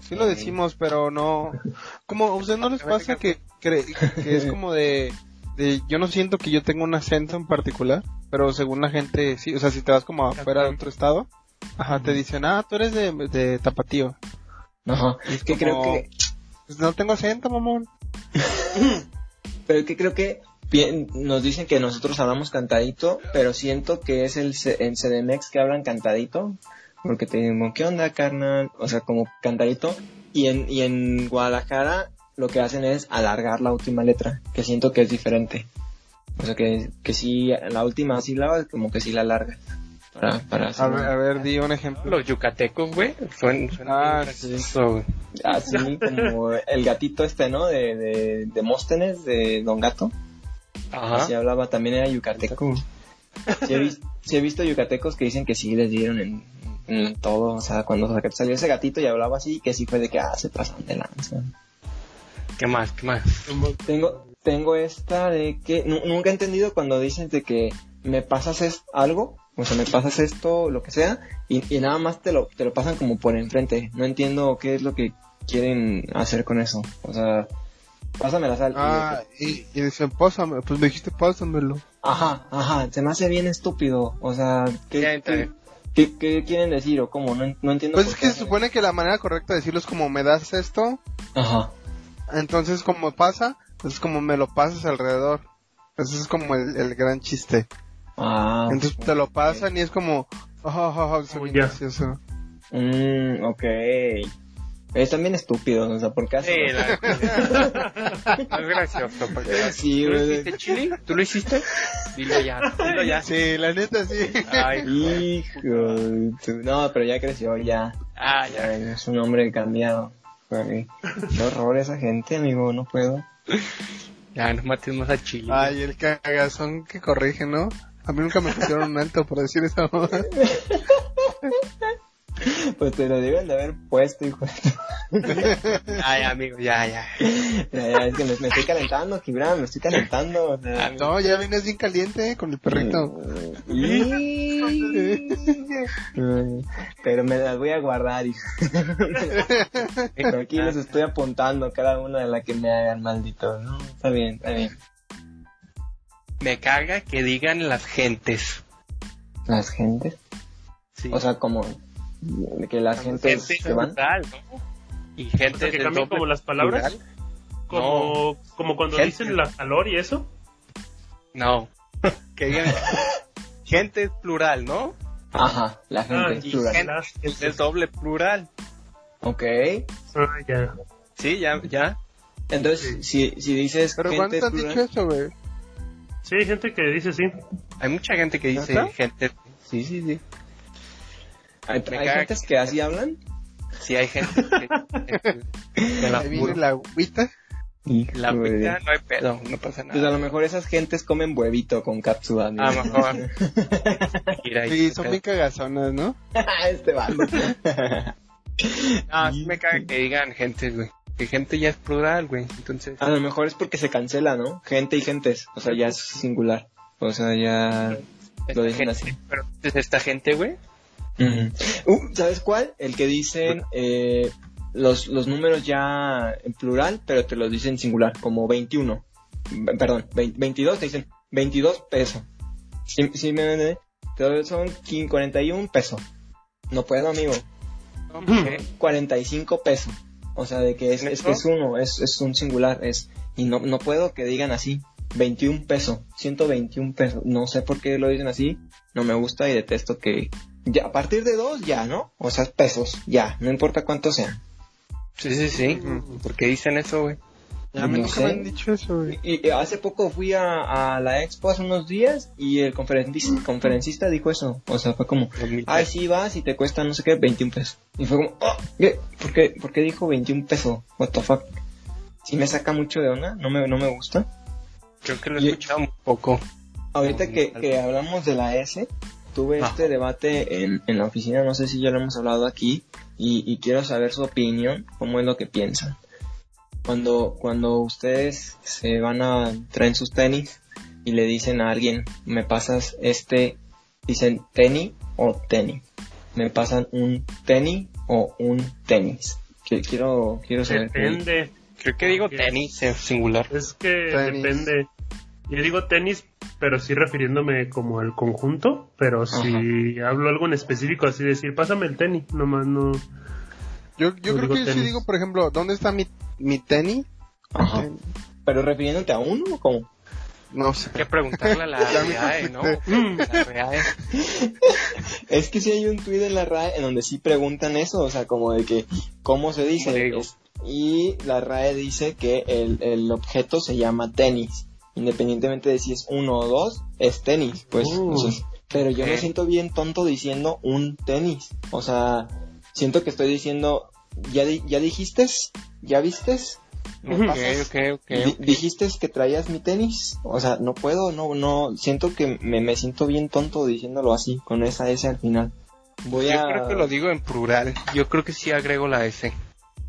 Sí lo decimos, pero no. Como a ustedes no les pasa que, cre- que es como de, de- Yo no siento que yo tenga un acento en particular, pero según la gente, sí. O sea, si te vas como afuera de otro estado, ajá, te dicen, ah, tú eres de, de Tapatío.
Ajá. Es que creo
como-
que.
Pues no tengo acento, mamón.
Pero que creo que. bien, nos dicen que nosotros hablamos cantadito, pero siento que es el, C- el CDMX que hablan cantadito. Porque te dicen, ¿qué onda, carnal? O sea, como cantadito. Y en, y en Guadalajara lo que hacen es alargar la última letra, que siento que es diferente. O sea, que, que sí, la última sílaba como que sí la alarga. Para, para
A
hacer-
ver, a ver, di un ejemplo.
Los yucatecos, güey, suenan suena
Ah,
bien gracioso, güey.
Así como el gatito este, ¿no? De, de, de Móstenes, de Don Gato.
Ajá.
Así hablaba, también era yucateco. Sí he, vis- sí he visto yucatecos que dicen que sí les dieron en, en todo. O sea, cuando sa- salió ese gatito y hablaba así, que sí fue de que, ah, se pasan de lanza.
¿Qué más? ¿Qué más?
Como-
Tengo, tengo esta de que nu- nunca he entendido cuando dicen de que me pasas es- algo, o sea, me pasas esto, lo que sea, y, y nada más te lo, te lo pasan como por enfrente. No entiendo qué es lo que quieren hacer con eso. O sea, pásame la sal. y-
Ah, y, y dicen, pásame. Pues me dijiste, pásamelo.
Ajá, ajá, se me hace bien estúpido. O sea,
Ya
¿qué,
entré.
qué, qué- qué quieren decir o cómo? No, en- no entiendo.
Pues
por
es que
qué.
se supone que la manera correcta de decirlo es como, me das esto,
Ajá.
Entonces, como pasa, es como me lo pasas alrededor. Ese es como el, el gran chiste.
Ah,
Entonces te lo pasan y es como, oh, oh, oh, soy
Como
bien
ya.
gracioso.
mm, ok. Es también estúpido, o sea, ¿por qué
Sí,
hacen eso?
la... No es gracioso, porque...
Sí,
¿Tú lo
güey, de-
hiciste, Chile? ¿Tú lo hiciste? Dilo ya, dilo ya.
Sí, la neta sí.
Ay, güey.
Hijo. de tu- No, pero ya creció, ya.
Ah, ya.
ya es un hombre cambiado. Ay, Qué horror esa gente, amigo, no puedo.
Ya, no mates más a Chile.
Ay, el cagazón que corrige, ¿no? A mí nunca me pusieron un alto por decir esa mamá.
Pues te lo deben de haber puesto, hijo. de tu-
Ay, amigo, ya, ya.
Ya, ya, es que me, me estoy calentando, Gibran, me estoy calentando. o sea.
Amigo.
No, ya vienes bien caliente con el
Mm.
perrito.
Y- Pero me las voy a guardar, hijo. Pero aquí les
Ah,
estoy apuntando cada una de las que me hagan, maldito. No, está bien, está bien.
Me caga que digan las gentes.
Las gentes,
Sí.
o sea, como que las gentes
gente
se van.
plural, ¿no? Y gente
O sea, que
del
cambien
doble
como las palabras.
plural.
Como, como cuando
Gente.
dicen la calor y eso.
No. Que digan gente es plural, ¿no?
Ajá, la
Ah,
gente es
y
plural.
Gente
Las-
es doble plural.
Ok,
Ah, ya.
Sí, ya, ya.
entonces si, si dices
Pero
gente
¿cuánto han dicho
plural,
eso, güey?
Sí, hay gente que dice sí.
Hay mucha gente que dice
¿Neta?
gente. Sí, sí, sí.
hay,
Me
hay
caga
gentes que así hablan.
Sí, hay gente que. que la,
Ahí viene la agüita.
la
Hijo de-
agüita no hay pedo, no pasa
Pues a
nada.
lo mejor esas gentes comen huevito con cápsula.
A
amigo.
lo Ah, mejor. Mira,
Sí,
ahí,
son
pero-
bien cagazonas, ¿no?
este bando.
Ah, sí me caga que digan gente, güey. Que gente ya es plural, güey. Entonces,
A lo mejor es porque se cancela, ¿no? Gente y gentes. O sea, ya es singular. O sea, ya
esta
Ah, lo dicen
gente-
así.
Pero entonces esta gente, güey.
Ujú. Uh, ¿Sabes cuál? El que dicen eh, los, los números ya en plural, pero te los dicen singular, como 21. Ve- Perdón, 20 22 te dicen 22 pesos. Sí, sí me ven, eh? Te doy- son 15 41 pesos. No puedo, amigo.
¿no? Porque
45 pesos. O sea, de que es, es que es uno, es, es un singular, es y no, no puedo que digan así, 21 pesos, 121 pesos. No sé por qué lo dicen así, no me gusta y detesto que ya a partir de dos ya, ¿no? O sea, pesos, ya, no importa cuántos sean.
Sí, sí, sí. Porque dicen eso, güey.
A mí
No
nunca me
sé.
han dicho eso, güey.
Y, y hace poco fui a, a la expo hace unos días y el conferenci- conferencista dijo eso. O sea, fue como, ay, sí vas y te cuesta no sé qué, 21 pesos. Y fue como, "Ah, ¿qué? ¿Por, qué, ¿por qué dijo 21 pesos? What the fuck. Si me saca mucho de onda, no me, no me gusta.
Creo que lo he
y-
escuchado un poco.
Ahorita que, que hablamos de la S, tuve
Ajá.
este debate en, en la oficina, no sé si ya lo hemos hablado aquí, y, y quiero saber su opinión, cómo es lo que piensan. Cuando, cuando ustedes se van a traen sus tenis y le dicen a alguien, me pasas este, dicen tenis o tenis. Me pasan un tenis o un tenis. Que- Quiero, quiero saber. qué-
Depende.
Creo que digo
Ok.
tenis en singular.
Es que
Tenis.
depende. Yo digo tenis, pero sí refiriéndome como al conjunto, pero si hablo algo en específico, así decir, pásame el tenis, nomás no.
Yo, yo
Yo
creo
digo
que yo sí
tenis.
digo, por ejemplo, ¿dónde está mi, mi tenis?
Ajá. Pero refiriéndote a uno o cómo?
No sé.
Hay que preguntarle a la
Ya me
RAE, ¿no?
Mm,
La RAE.
Es que si hay un tweet en la RAE en donde sí preguntan eso, o sea, como de que, ¿cómo se dice?
¿Cómo le digo?
Es- y la RAE dice que el, el objeto se llama tenis, independientemente de si es uno o dos, es tenis, pues.
Uh.
entonces, pero yo me
Ok.
siento bien tonto diciendo un tenis, o sea, siento que estoy diciendo, ya, di- ya dijiste, ya vistes, me
Ok,
pasas.
ok, ok.
Di- Dijiste que traías mi tenis, o sea, no puedo, no, no, siento que me, me siento bien tonto diciéndolo así, con esa S al final. Voy
Yo
a...
creo que lo digo en plural. Yo creo que sí agrego la S.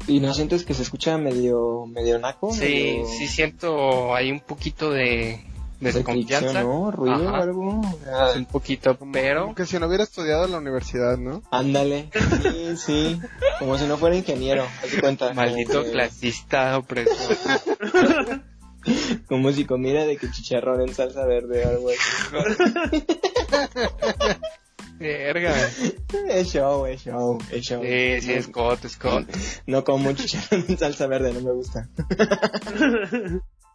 ¿Y no sientes que se escucha medio, medio naco?
Sí,
medio-
sí siento hay un poquito de
de fricción,
desconfianza.
¿no? Ruido o
Ajá.
algo.
Ah, Un poquito, pero
Como que si no hubiera estudiado en la universidad, ¿no?
Ándale, sí, sí, como si no fuera ingeniero, haz de cuenta. como
maldito
que-
clasista opresor.
Como si comiera de que chicharrón en salsa verde o algo así.
Verga. Sí,
Es show, es show, es show.
sí, Scott, Scott.
No como chicharrón en salsa verde, no me gusta.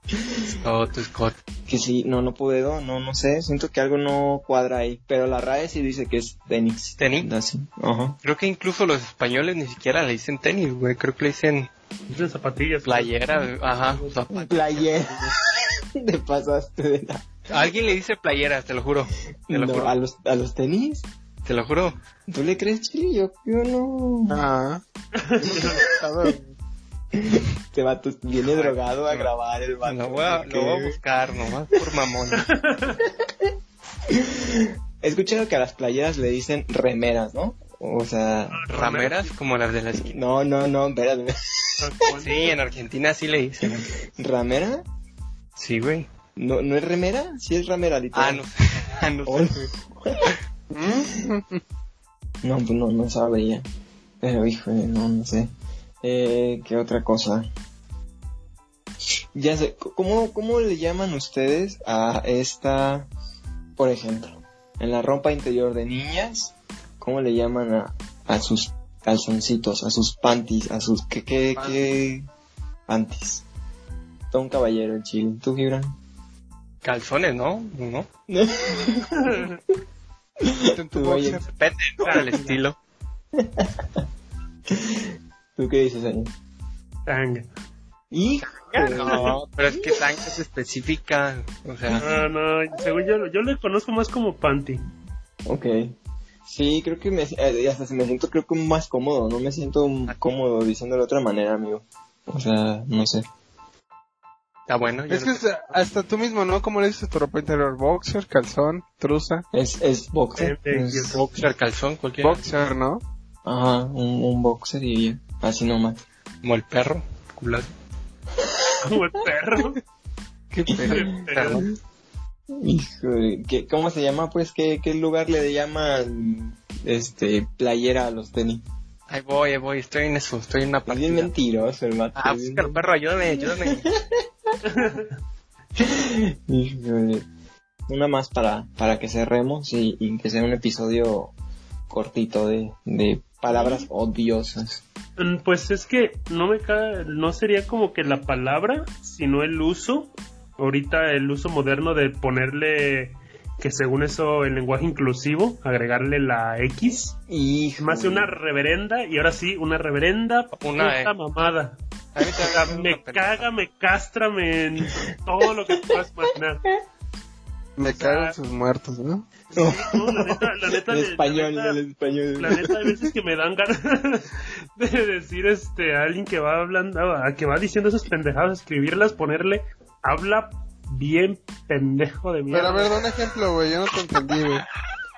Scott, Scott.
que sí, no, no puedo, no, no sé, siento que algo no cuadra ahí, pero la RAE sí dice que es tenis.
¿Tenis?
Así, ajá.
Creo que incluso los españoles ni siquiera le dicen tenis, güey. Creo que le dicen
dicen zapatillas.
playera, güey. ajá. zapato.
Player. Te pasaste de la...
Alguien le dice playera, te lo juro. Te lo
No,
juro.
a los, a los tenis.
Te lo juro.
¿Tú le crees, Chili? Yo, yo no.
Ah.
Te va, tú, viene drogado a grabar el vato.
Lo voy a, lo voy a buscar nomás por mamón.
He escuchado que a las playeras le dicen remeras, ¿no? O sea...
Ah. Rameras como las de la esquina.
No, no, no, espérate.
Sí, en Argentina sí le dicen.
¿Ramera?
Sí, güey.
¿No, ¿No es remera? Sí es ramera,
Ah,
literal.
no. Ah, no.
Oh. No, pues no, no sabría. Pero híjole, no, no sé. Eh, ¿Qué otra cosa? Ya sé, c- ¿cómo, ¿cómo le llaman ustedes a esta, por ejemplo, en la ropa interior de niñas? ¿Cómo le llaman a, a sus calzoncitos, a sus panties, a sus... ¿Qué, qué, qué? Panties. Todo un caballero en Chile. ¿Tú, Gibran?
Calzones, ¿no? ¿No?
Tú, Bayern,
Pete, ¿no? Al estilo.
¿Tú qué dices, Daniel?
Tanga.
¡Hijo!
No, pero es que tanga es específica. O sea,
No, Ah, no, según yo, yo le conozco más como panty.
Ok. Sí, creo que me, eh, hasta se me siento creo que más cómodo, no me siento m- cómodo diciéndolo de otra manera, amigo. O sea, no sé.
está bueno. yo
Es que
creo
es- hasta tú mismo, ¿no? Como le dices a tu ropa interior? Boxer, calzón, trusa.
Es, es boxer.
Gente,
es-
y es-
que boxer, calzón, cualquier.
Boxer, ¿no?
ajá, un, un boxer y así nomás.
Como el perro. culo.
Como el perro.
Qué pedo.
Perdón.
Híjole, ¿qué- ¿cómo se llama? Pues, ¿qué, qué lugar le llaman este, playera a los tenis?
Ahí voy, ahí voy, estoy en eso, estoy en una
Es bien
partida.
mentiroso el vato.
Ah,
es bien-
búscalo, perro, ayúdame, ayúdame.
Híjole. Una más para, para que cerremos y, y que sea un episodio cortito de, de palabras odiosas.
Mm, Pues es que no me cae, no sería como que la palabra, sino el uso. Ahorita el uso moderno de ponerle que según eso el lenguaje inclusivo, agregarle la X,
Y
se me hace una reverenda y ahora sí, una reverenda
Una,
puta
eh.
mamada.
A mí te agarro
Me
una pelota.
caga, me castra, me en todo lo que te puedas imaginar.
Me
sea-
cagan sus muertos, ¿no?
No, la neta, la neta,
el
de- la
español,
neta-
el español.
La neta, hay veces que me dan ganas de decir este, a alguien que va hablando, a que va diciendo esas pendejadas, escribirlas, ponerle, habla bien pendejo de
Pero
mierda.
a ver, da un ejemplo, güey. Yo no te entendí, güey.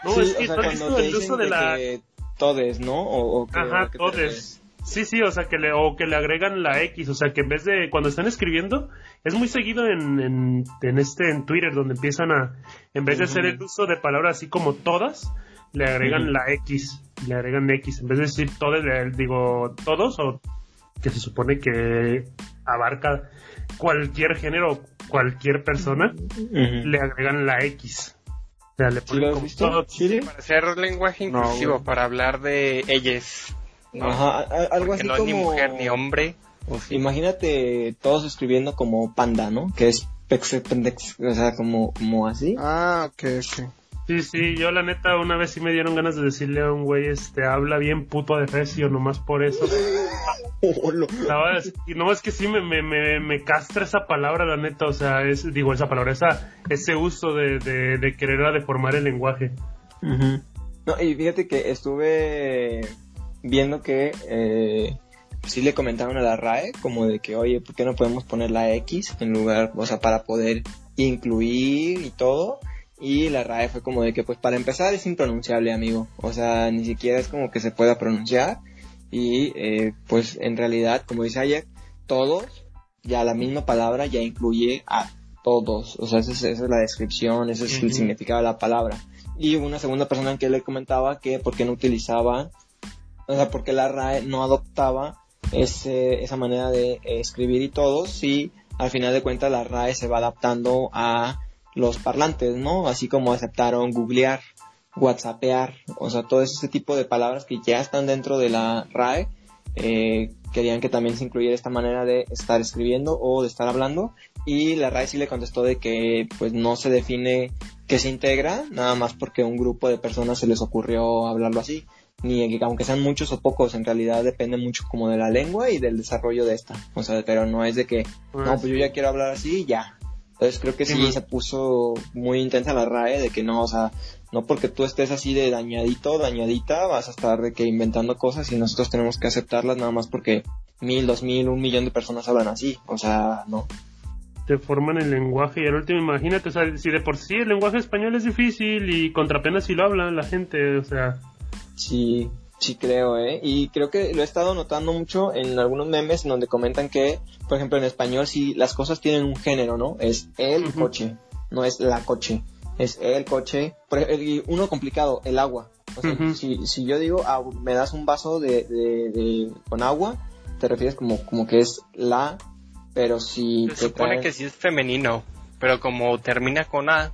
no,
Sí,
es
o
que
sea,
no has
cuando
visto
te
el uso
dicen
de
de
la.
que todes, ¿no? O, o que, o
Ajá,
que te
todes. Sí, sí, o sea, que le, o que le agregan la X, o sea, que en vez de cuando están escribiendo, es muy seguido en, en, en este, en Twitter, donde empiezan a, en vez de hacer el uso de palabras así como todas, le agregan
Ujú.
la X, le agregan X, en vez de decir todos, le digo todos, o que se supone que abarca cualquier género, cualquier persona,
refieres. Ujú.
le agregan la X. O sea, le
¿Sí
ponen
lo has
como
visto?
todos.
¿Sí?
Para hacer lenguaje
No,
inclusivo,
güey.
para hablar de ellas. ¿no?
Ajá, a- a- algo
Porque
así como...
no
Pues
es ni mujer ni hombre. O sí.
Imagínate todos escribiendo como panda, ¿no? Que es pex- pendex, o sea, como, como así.
Ah, ok, ok.
Sí, sí, yo la neta una vez sí me dieron ganas de decirle a un güey, este, habla bien puto de recio, nomás por eso. La verdad es- y no es que sí me, me, me, me castra esa palabra, la neta, o sea, es, digo, esa palabra, esa, ese uso de, de, de querer a deformar el lenguaje.
Ujú. No, y fíjate que estuve viendo que eh, sí le comentaron a la RAE como de que, oye, ¿por qué no podemos poner la X en lugar, o sea, para poder incluir y todo? Y la RAE fue como de que, pues para empezar es impronunciable, amigo. O sea, ni siquiera es como que se pueda pronunciar. Y eh, pues en realidad, como dice ayer, todos, ya la misma palabra ya incluye a todos. O sea, esa es, esa es la descripción, ese es el
Ujú.
significado de la palabra. Y una segunda persona que le comentaba que por qué no utilizaba, o sea, porque la RAE no adoptaba ese, esa manera de eh, escribir y todo, si al final de cuentas la RAE se va adaptando a los parlantes, ¿no? Así como aceptaron googlear, whatsappear, o sea, todo ese tipo de palabras que ya están dentro de la RAE, eh, querían que también se incluyera esta manera de estar escribiendo o de estar hablando, y la RAE sí le contestó de que pues no se define que se integra, nada más porque a un grupo de personas se les ocurrió hablarlo así. Ni aunque sean muchos o pocos, en realidad depende mucho como de la lengua y del desarrollo de esta. O sea, pero no es de que, no, pues yo ya quiero hablar así y ya. Entonces creo que
Sí,
sí
man.
se puso muy intensa la RAE de que no, o sea, no porque tú estés así de dañadito, dañadita, vas a estar de que inventando cosas y nosotros tenemos que aceptarlas nada más porque mil, dos mil, un millón de personas hablan así. O sea, no.
Deforman el lenguaje y al último, imagínate, o sea, si de por sí el lenguaje español es difícil y contra pena si lo hablan la gente, o sea,
Sí, sí creo, ¿eh? Y creo que lo he estado notando mucho en algunos memes en donde comentan que, por ejemplo, en español sí las cosas tienen un género, ¿no? Es el
Ujú.
coche, no es la coche, es el coche. Por ej- y uno complicado, el agua. O sea,
Ujú.
si, si yo digo, "Ah, me das un vaso de, de- de- con agua, te refieres como, como que es la, pero si
Se supone
traen-
que sí es femenino, pero como termina con A,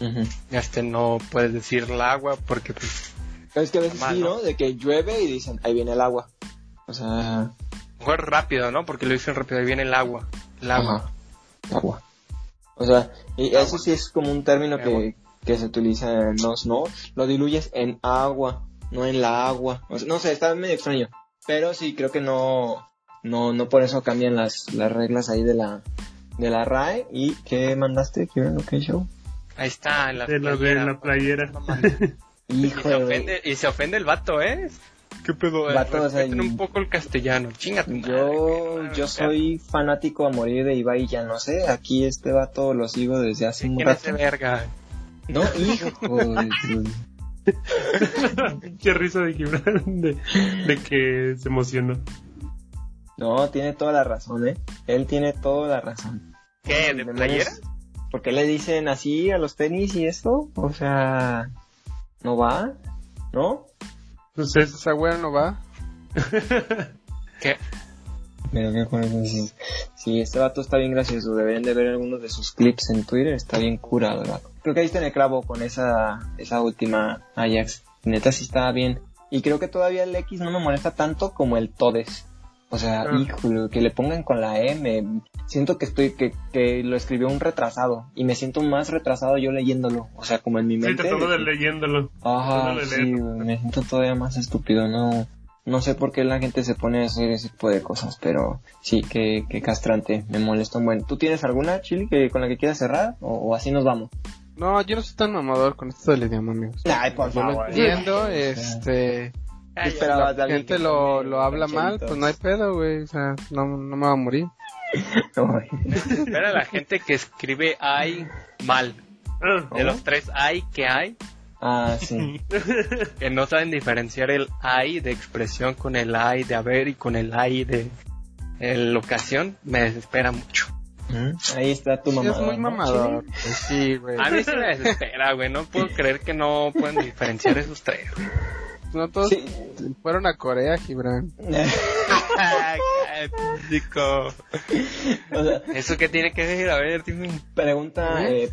Ujú.
este no puedes decir la agua porque pues,
Es que a veces
Mal,
sí,
¿no?
¿no? De que llueve y dicen, ahí viene el agua. O sea,
mejor rápido, ¿no? Porque lo dicen rápido, ahí viene el agua. El agua.
Ajá. Agua. O sea, y eso sí es como un término
Agua.
que, que se utiliza en los, ¿no? Lo diluyes en agua, no en la agua. O sea, no sé, está medio extraño. Pero sí, creo que no, no, no por eso cambian las, las reglas ahí de la, de la RAE. ¿Y qué mandaste? ¿Qué era lo que yo?
Ahí está, en la
de la, de
playera.
la playera.
Y Pues se,
Híjole.
ofende, y se ofende el vato, ¿eh? ¿Qué pedo? eh?
Vato, o sea,
Respeten un poco el castellano. Chingate.
Yo, yo soy fanático a morir de Ibai, ya no sé. Aquí este vato lo sigo desde hace un
¿Quién es
rato.
ese verga?
No, hijo. pues, de su-
Qué risa de Gibran, de, de que se emocionó.
No, tiene toda la razón, ¿eh? Él tiene toda la razón.
¿Qué? ¿De
Demonios,
playera?
¿Por qué le dicen así a los tenis y esto? O sea, ¿no va? ¿No?
Entonces,
Esa güera no va.
¿Qué?
Pero qué coño es. Sí, este vato está bien gracioso. Deberían de ver algunos de sus clips en Twitter. Está bien curado el vato. Creo que ahí está en el clavo con esa, esa última Ajax. Neta sí está bien. Y creo que todavía el X no me molesta tanto como el Todes. O sea,
Ah.
híjole, que le pongan con la M. Siento que estoy, que, que lo escribió un retrasado. Y me siento más retrasado yo leyéndolo. O sea, como en mi
sí,
mente.
tratando
de
de
que-
leyéndolo.
Ajá,
Tratando de
sí,
leerlo.
güey, me siento todavía más estúpido, no. No sé por qué la gente se pone a hacer ese tipo de cosas, pero sí, qué, qué castrante, me molesta un buen. ¿Tú tienes alguna, Chili, que, con la que quieras cerrar? O, o así nos vamos?
No, yo no soy tan mamador con esto del idioma, amigos.
Ay, por
Ah,
Yo lo
favor.
entiendo, este...
¿Qué
La
esperabas de alguien
gente
que
lo,
tome
lo habla mal, pues no hay pedo, güey. O sea, no, no me va a morir.
Ay,
Era la gente que escribe ay mal.
Ah,
De los tres ay que hay,
Ah, sí.
que no saben diferenciar el ay de expresión con el ay de haber y con el ay de el ocasión, me desespera mucho.
¿Mm? Ahí está tu
Sí,
mamá.
es muy mamador. güey. Pues Sí, güey. Pues
A mí se me desespera, güey. No puedo creer que no pueden diferenciar esos tres. güey.
No todos
Sí.
fueron a Corea, Gibran.
Ay, chico.
o sea,
¿Eso qué tiene que ver? A ver, dime.
Pregunta eh,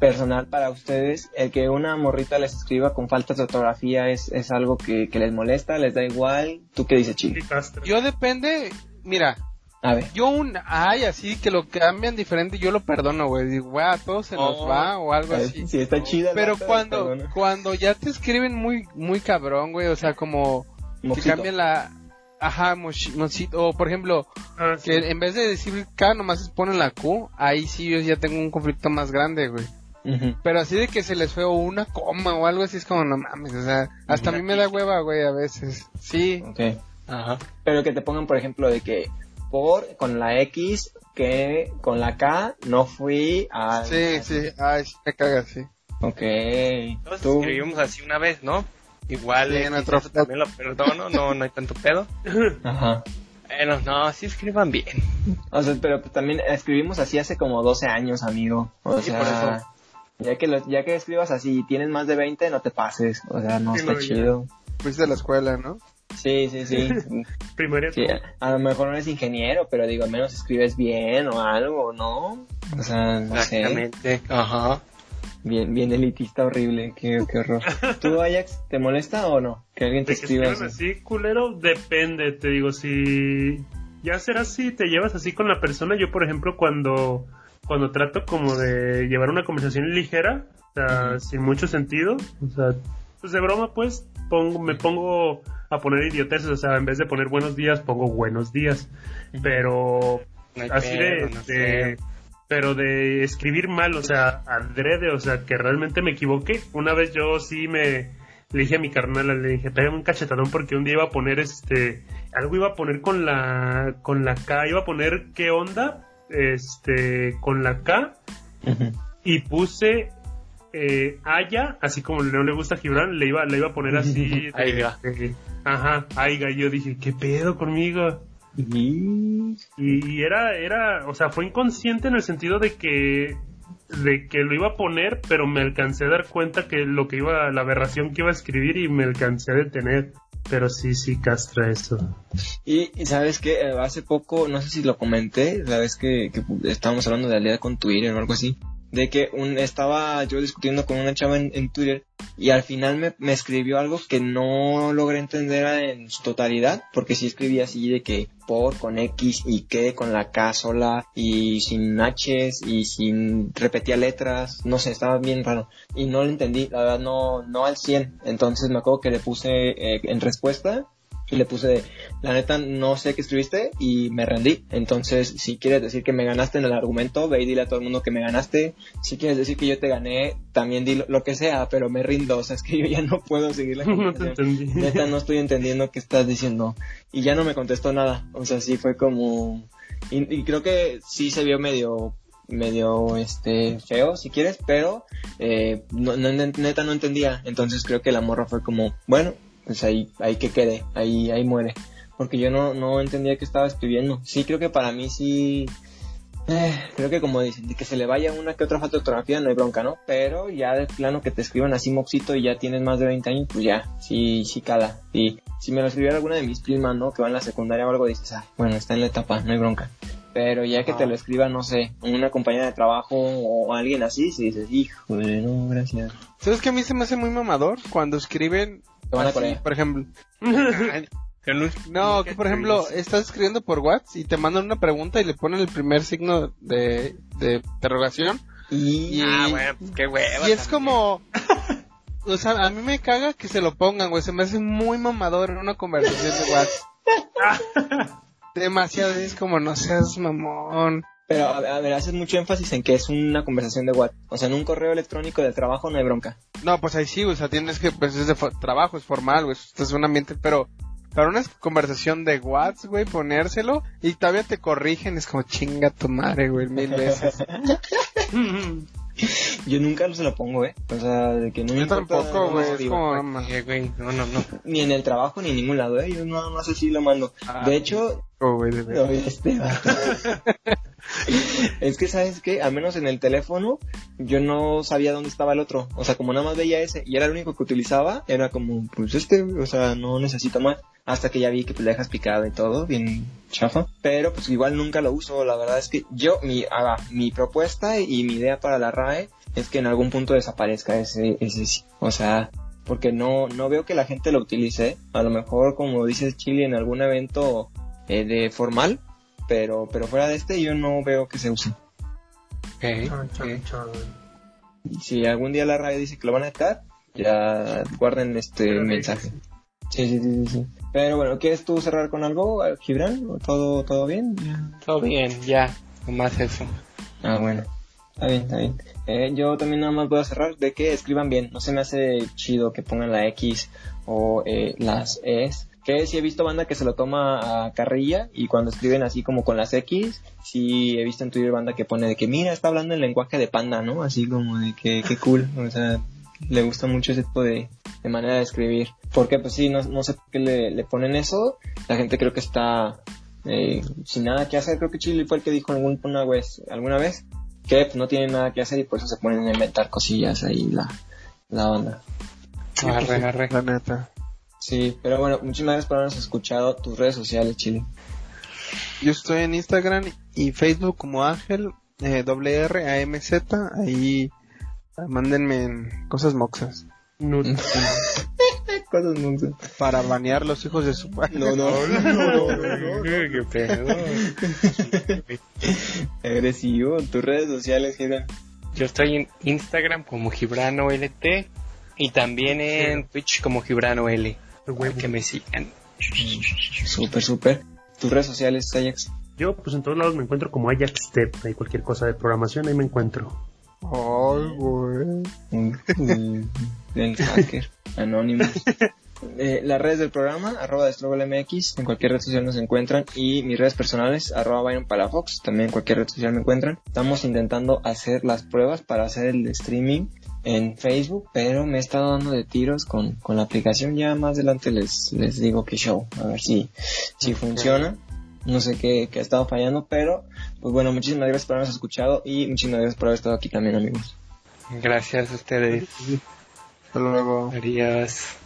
personal para ustedes. ¿El que una morrita les escriba con faltas de ortografía es, es algo que, que les molesta? ¿Les da igual? ¿Tú qué dices,
sí,
Chili?
Castro.
Yo depende... Mira,
A ver.
yo un ay así que lo cambian diferente, yo lo perdono, güey. Digo, güey, a todos se nos
Oh.
va o algo
Ay,
así.
Sí, está chida. el
Pero
vato,
cuando,
perdona.
cuando ya te escriben muy, muy cabrón, güey, o sea, como que
Mojito.
cambian la... Ajá, mochi- mochito, o por ejemplo,
Ah, sí.
que en vez de decir K nomás ponen la Q, ahí sí yo ya tengo un conflicto más grande, güey.
Ujú.
Pero así de que se les fue una coma o algo así es como, no mames, o sea, hasta a mí me da hueva, güey, a veces. Sí,
Ok.
Ajá.
Pero que te pongan, por ejemplo, de que por con la X, que con la K no fui a.
sí, sí, ay, sí, me cagas, sí.
Ok.
Todos
Tú.
escribimos así una vez, ¿no? Igual,
Sí,
eh,
en
quizás
otro-
eso también lo perdono, no, no hay tanto pedo.
Ajá.
Bueno, no, sí escriban bien.
O sea, pero pues también escribimos así hace como 12 años, amigo. O
Sí,
sea,
por eso.
Ya que, lo- ya que escribas así y tienes más de 20, no te pases. O sea, no
Sí,
está
no, ya.
chido.
Fuiste a la escuela, ¿no?
Sí, sí, sí.
Primaria.
Sí, a- a lo mejor no eres ingeniero, pero digo, al menos escribes bien o algo, ¿no? O sea, no sé.
Exactamente. Ajá.
Bien, bien elitista, horrible, qué, qué horror. ¿Tú, Ajax, te molesta o no? Que alguien te
De que
escriba
escribas
así.
así, culero, depende, te digo, si ya será así, te llevas así con la persona, yo por ejemplo cuando, cuando trato como de llevar una conversación ligera, o sea, sin mucho sentido, o sea, pues de broma pues pongo, me pongo a poner idioteces, o sea, en vez de poner buenos días, pongo buenos días, pero
No hay
así
pedo,
de,
no sé.
de- pero de escribir mal, o sea, adrede, o sea, que realmente me equivoqué. Una vez yo sí me le dije a mi carnala, le dije, pégame un cachetadón porque un día iba a poner este, algo iba a poner con la, con la K, iba a poner qué onda, este, con la K
Ujú.
y puse eh, Aya, así como no le gusta a Gibran, le iba, le iba a poner así. de-
Aiga.
de- ajá, Aiga, y yo dije, ¿qué pedo conmigo?
Y-
Y, y era, era, o sea, fue inconsciente en el sentido de que, de que lo iba a poner, pero me alcancé a dar cuenta que lo que iba, la aberración que iba a escribir y me alcancé a detener. Pero sí, sí, castra eso.
Y, y sabes que hace poco, no sé si lo comenté, la vez que, que estábamos hablando de alianza con Twitter o algo así, de que un, estaba yo discutiendo con una chava en, en Twitter y al final me, me escribió algo que no logré entender en su totalidad, porque sí escribía así de que por con X y que con la K sola y sin H y sin repetía letras, no sé, estaba bien raro y no lo entendí, la verdad no, no al 100, entonces me acuerdo que le puse eh, en respuesta y le puse la neta no sé qué escribiste y me rendí. Entonces, si quieres decir que me ganaste en el argumento, ve y dile a todo el mundo que me ganaste. Si quieres decir que yo te gané, también di lo, lo que sea, pero me rindo. O sea, es que yo ya no puedo seguir la
No te
conversación.
entendí.
Neta, no estoy entendiendo qué estás diciendo. Y ya no me contestó nada. O sea, sí fue como... Y, y creo que sí se vio medio medio este feo si quieres pero eh, no, no- neta no entendía entonces creo que la morra fue como bueno pues ahí ahí que quede ahí ahí muere porque yo no, no entendía qué estaba escribiendo. Sí, creo que para mí sí. eh, creo que como dicen, de que se le vaya una que otra falta de ortografía no hay bronca, ¿no? Pero ya de plano que te escriban así moxito y ya tienes más de 20 años, pues ya, sí, sí cala. Y si me lo escribiera alguna de mis primas, ¿no? Que va en la secundaria o algo, dices, ah, bueno, está en la etapa, no hay bronca. Pero ya que
Ah.
te lo escriba, no sé, una compañera de trabajo o alguien así, si dices, híjole, no, gracias.
¿Sabes que a mí se me hace muy mamador cuando escriben?
Te van a
así,
Corea.
por ejemplo. Ay,
Yo no-
No,
nunca
que por ejemplo,
escribí
estás escribiendo por WhatsApp y te mandan una pregunta y le ponen el primer signo de, de interrogación.
Y,
Y,
eso. Ah, bueno, pues qué hueva.
y es
también.
como... O sea, a mí me caga que se lo pongan, güey. Se me hace muy mamador en una conversación de WhatsApp. Demasiado. Es como, no seas mamón.
pero a, a ver, haces mucho énfasis en que es una conversación de WhatsApp. O sea, en un correo electrónico del trabajo no hay bronca.
No, pues ahí sí, o sea, tienes que, pues es de fo- trabajo, es formal, güey, esto es un ambiente, pero para una conversación de WhatsApp, güey, ponérselo y todavía te corrigen, es como chinga tu madre, güey, mil veces.
Yo nunca se lo pongo, ¿eh? O sea, de que no me
Yo
importa,
tampoco,
no,
güey, es
digo,
como, no, ma-
Sí, güey, no, no, no.
Ni en el trabajo ni en ningún lado, ¿eh? Yo no, no sé si lo mando.
Ah.
de hecho,
oh, güey, de verdad.
no, este vato. es que, ¿sabes qué? Al menos en el teléfono, yo no sabía dónde estaba el otro. O sea, como nada más veía ese y era el único que utilizaba, era como, pues este, güey, o sea, no necesito más. Hasta que ya vi que pues, le dejas picado y todo, bien chafa. Pero pues igual nunca lo uso. La verdad es que yo, mi, ah, mi propuesta y mi idea para la RAE es que en algún punto desaparezca ese, ese sí. O sea, porque no, no veo que la gente lo utilice. A lo mejor, como dices Chile, en algún evento eh, de formal, pero, pero fuera de este yo no veo que se use.
Chon,
Ok,
chon,
ok.
chon.
Si algún día la radio dice que lo van a quitar, ya guarden este
Pero
mensaje. Sí, sí, sí, sí, sí. Pero bueno, ¿quieres tú cerrar con algo, eh, Gibran? ¿O ¿Todo, todo bien?
Todo bien, ya. Nomás eso.
Ah, bueno. Está bien, está bien. Eh, yo también nada más voy a cerrar de que escriban bien. No se me hace chido que pongan la X o eh, las Es. Que sí he visto banda que se lo toma a carrilla y cuando escriben así como con las X, sí he visto en Twitter banda que pone de que mira, está hablando el lenguaje de panda, ¿no? Así como de que qué cool. O sea, le gusta mucho ese tipo de, de manera de escribir. Porque pues sí, no, no sé por qué le, le ponen eso. La gente creo que está eh, sin nada que hacer. Creo que Chile fue el que dijo algún- una vez, alguna vez que pues, no tienen nada que hacer y por eso se ponen a inventar cosillas ahí la, la onda.
Arre, arre.
La neta.
Sí, pero bueno, muchísimas gracias por habernos escuchado tus redes sociales, Chile.
Yo estoy en Instagram y Facebook como Ángel, eh, doble R, A, M, Z, ahí eh, mándenme en cosas moxas.
No,
Cosas monstruosas.
Para banear los hijos de su padre.
No, no, no, no, no.
Qué pedo.
Agresivo, tus redes sociales, Gibran.
Yo estoy en Instagram como GibranoLT y también en Twitch como GibranoL.
de
Para
huevo.
que me sigan.
Súper, súper. Tus redes sociales, Ajax.
Yo, pues en todos lados me encuentro como Ajax Step. Hay cualquier cosa de programación, ahí me encuentro.
Ay, güey.
el el hacker anónimo. Eh, las redes del programa, arroba mx en cualquier red social nos encuentran. Y mis redes personales, arroba Byron Palafox, también en cualquier red social me encuentran. Estamos intentando hacer las pruebas para hacer el streaming en Facebook, pero me he estado dando de tiros con, con la aplicación. Ya más adelante les, les digo que show, a ver si, si funciona. No sé qué, qué ha estado fallando, pero pues bueno, muchísimas gracias por habernos escuchado y muchísimas gracias por haber estado aquí también, amigos.
Gracias a ustedes.
Hasta luego.
Adiós.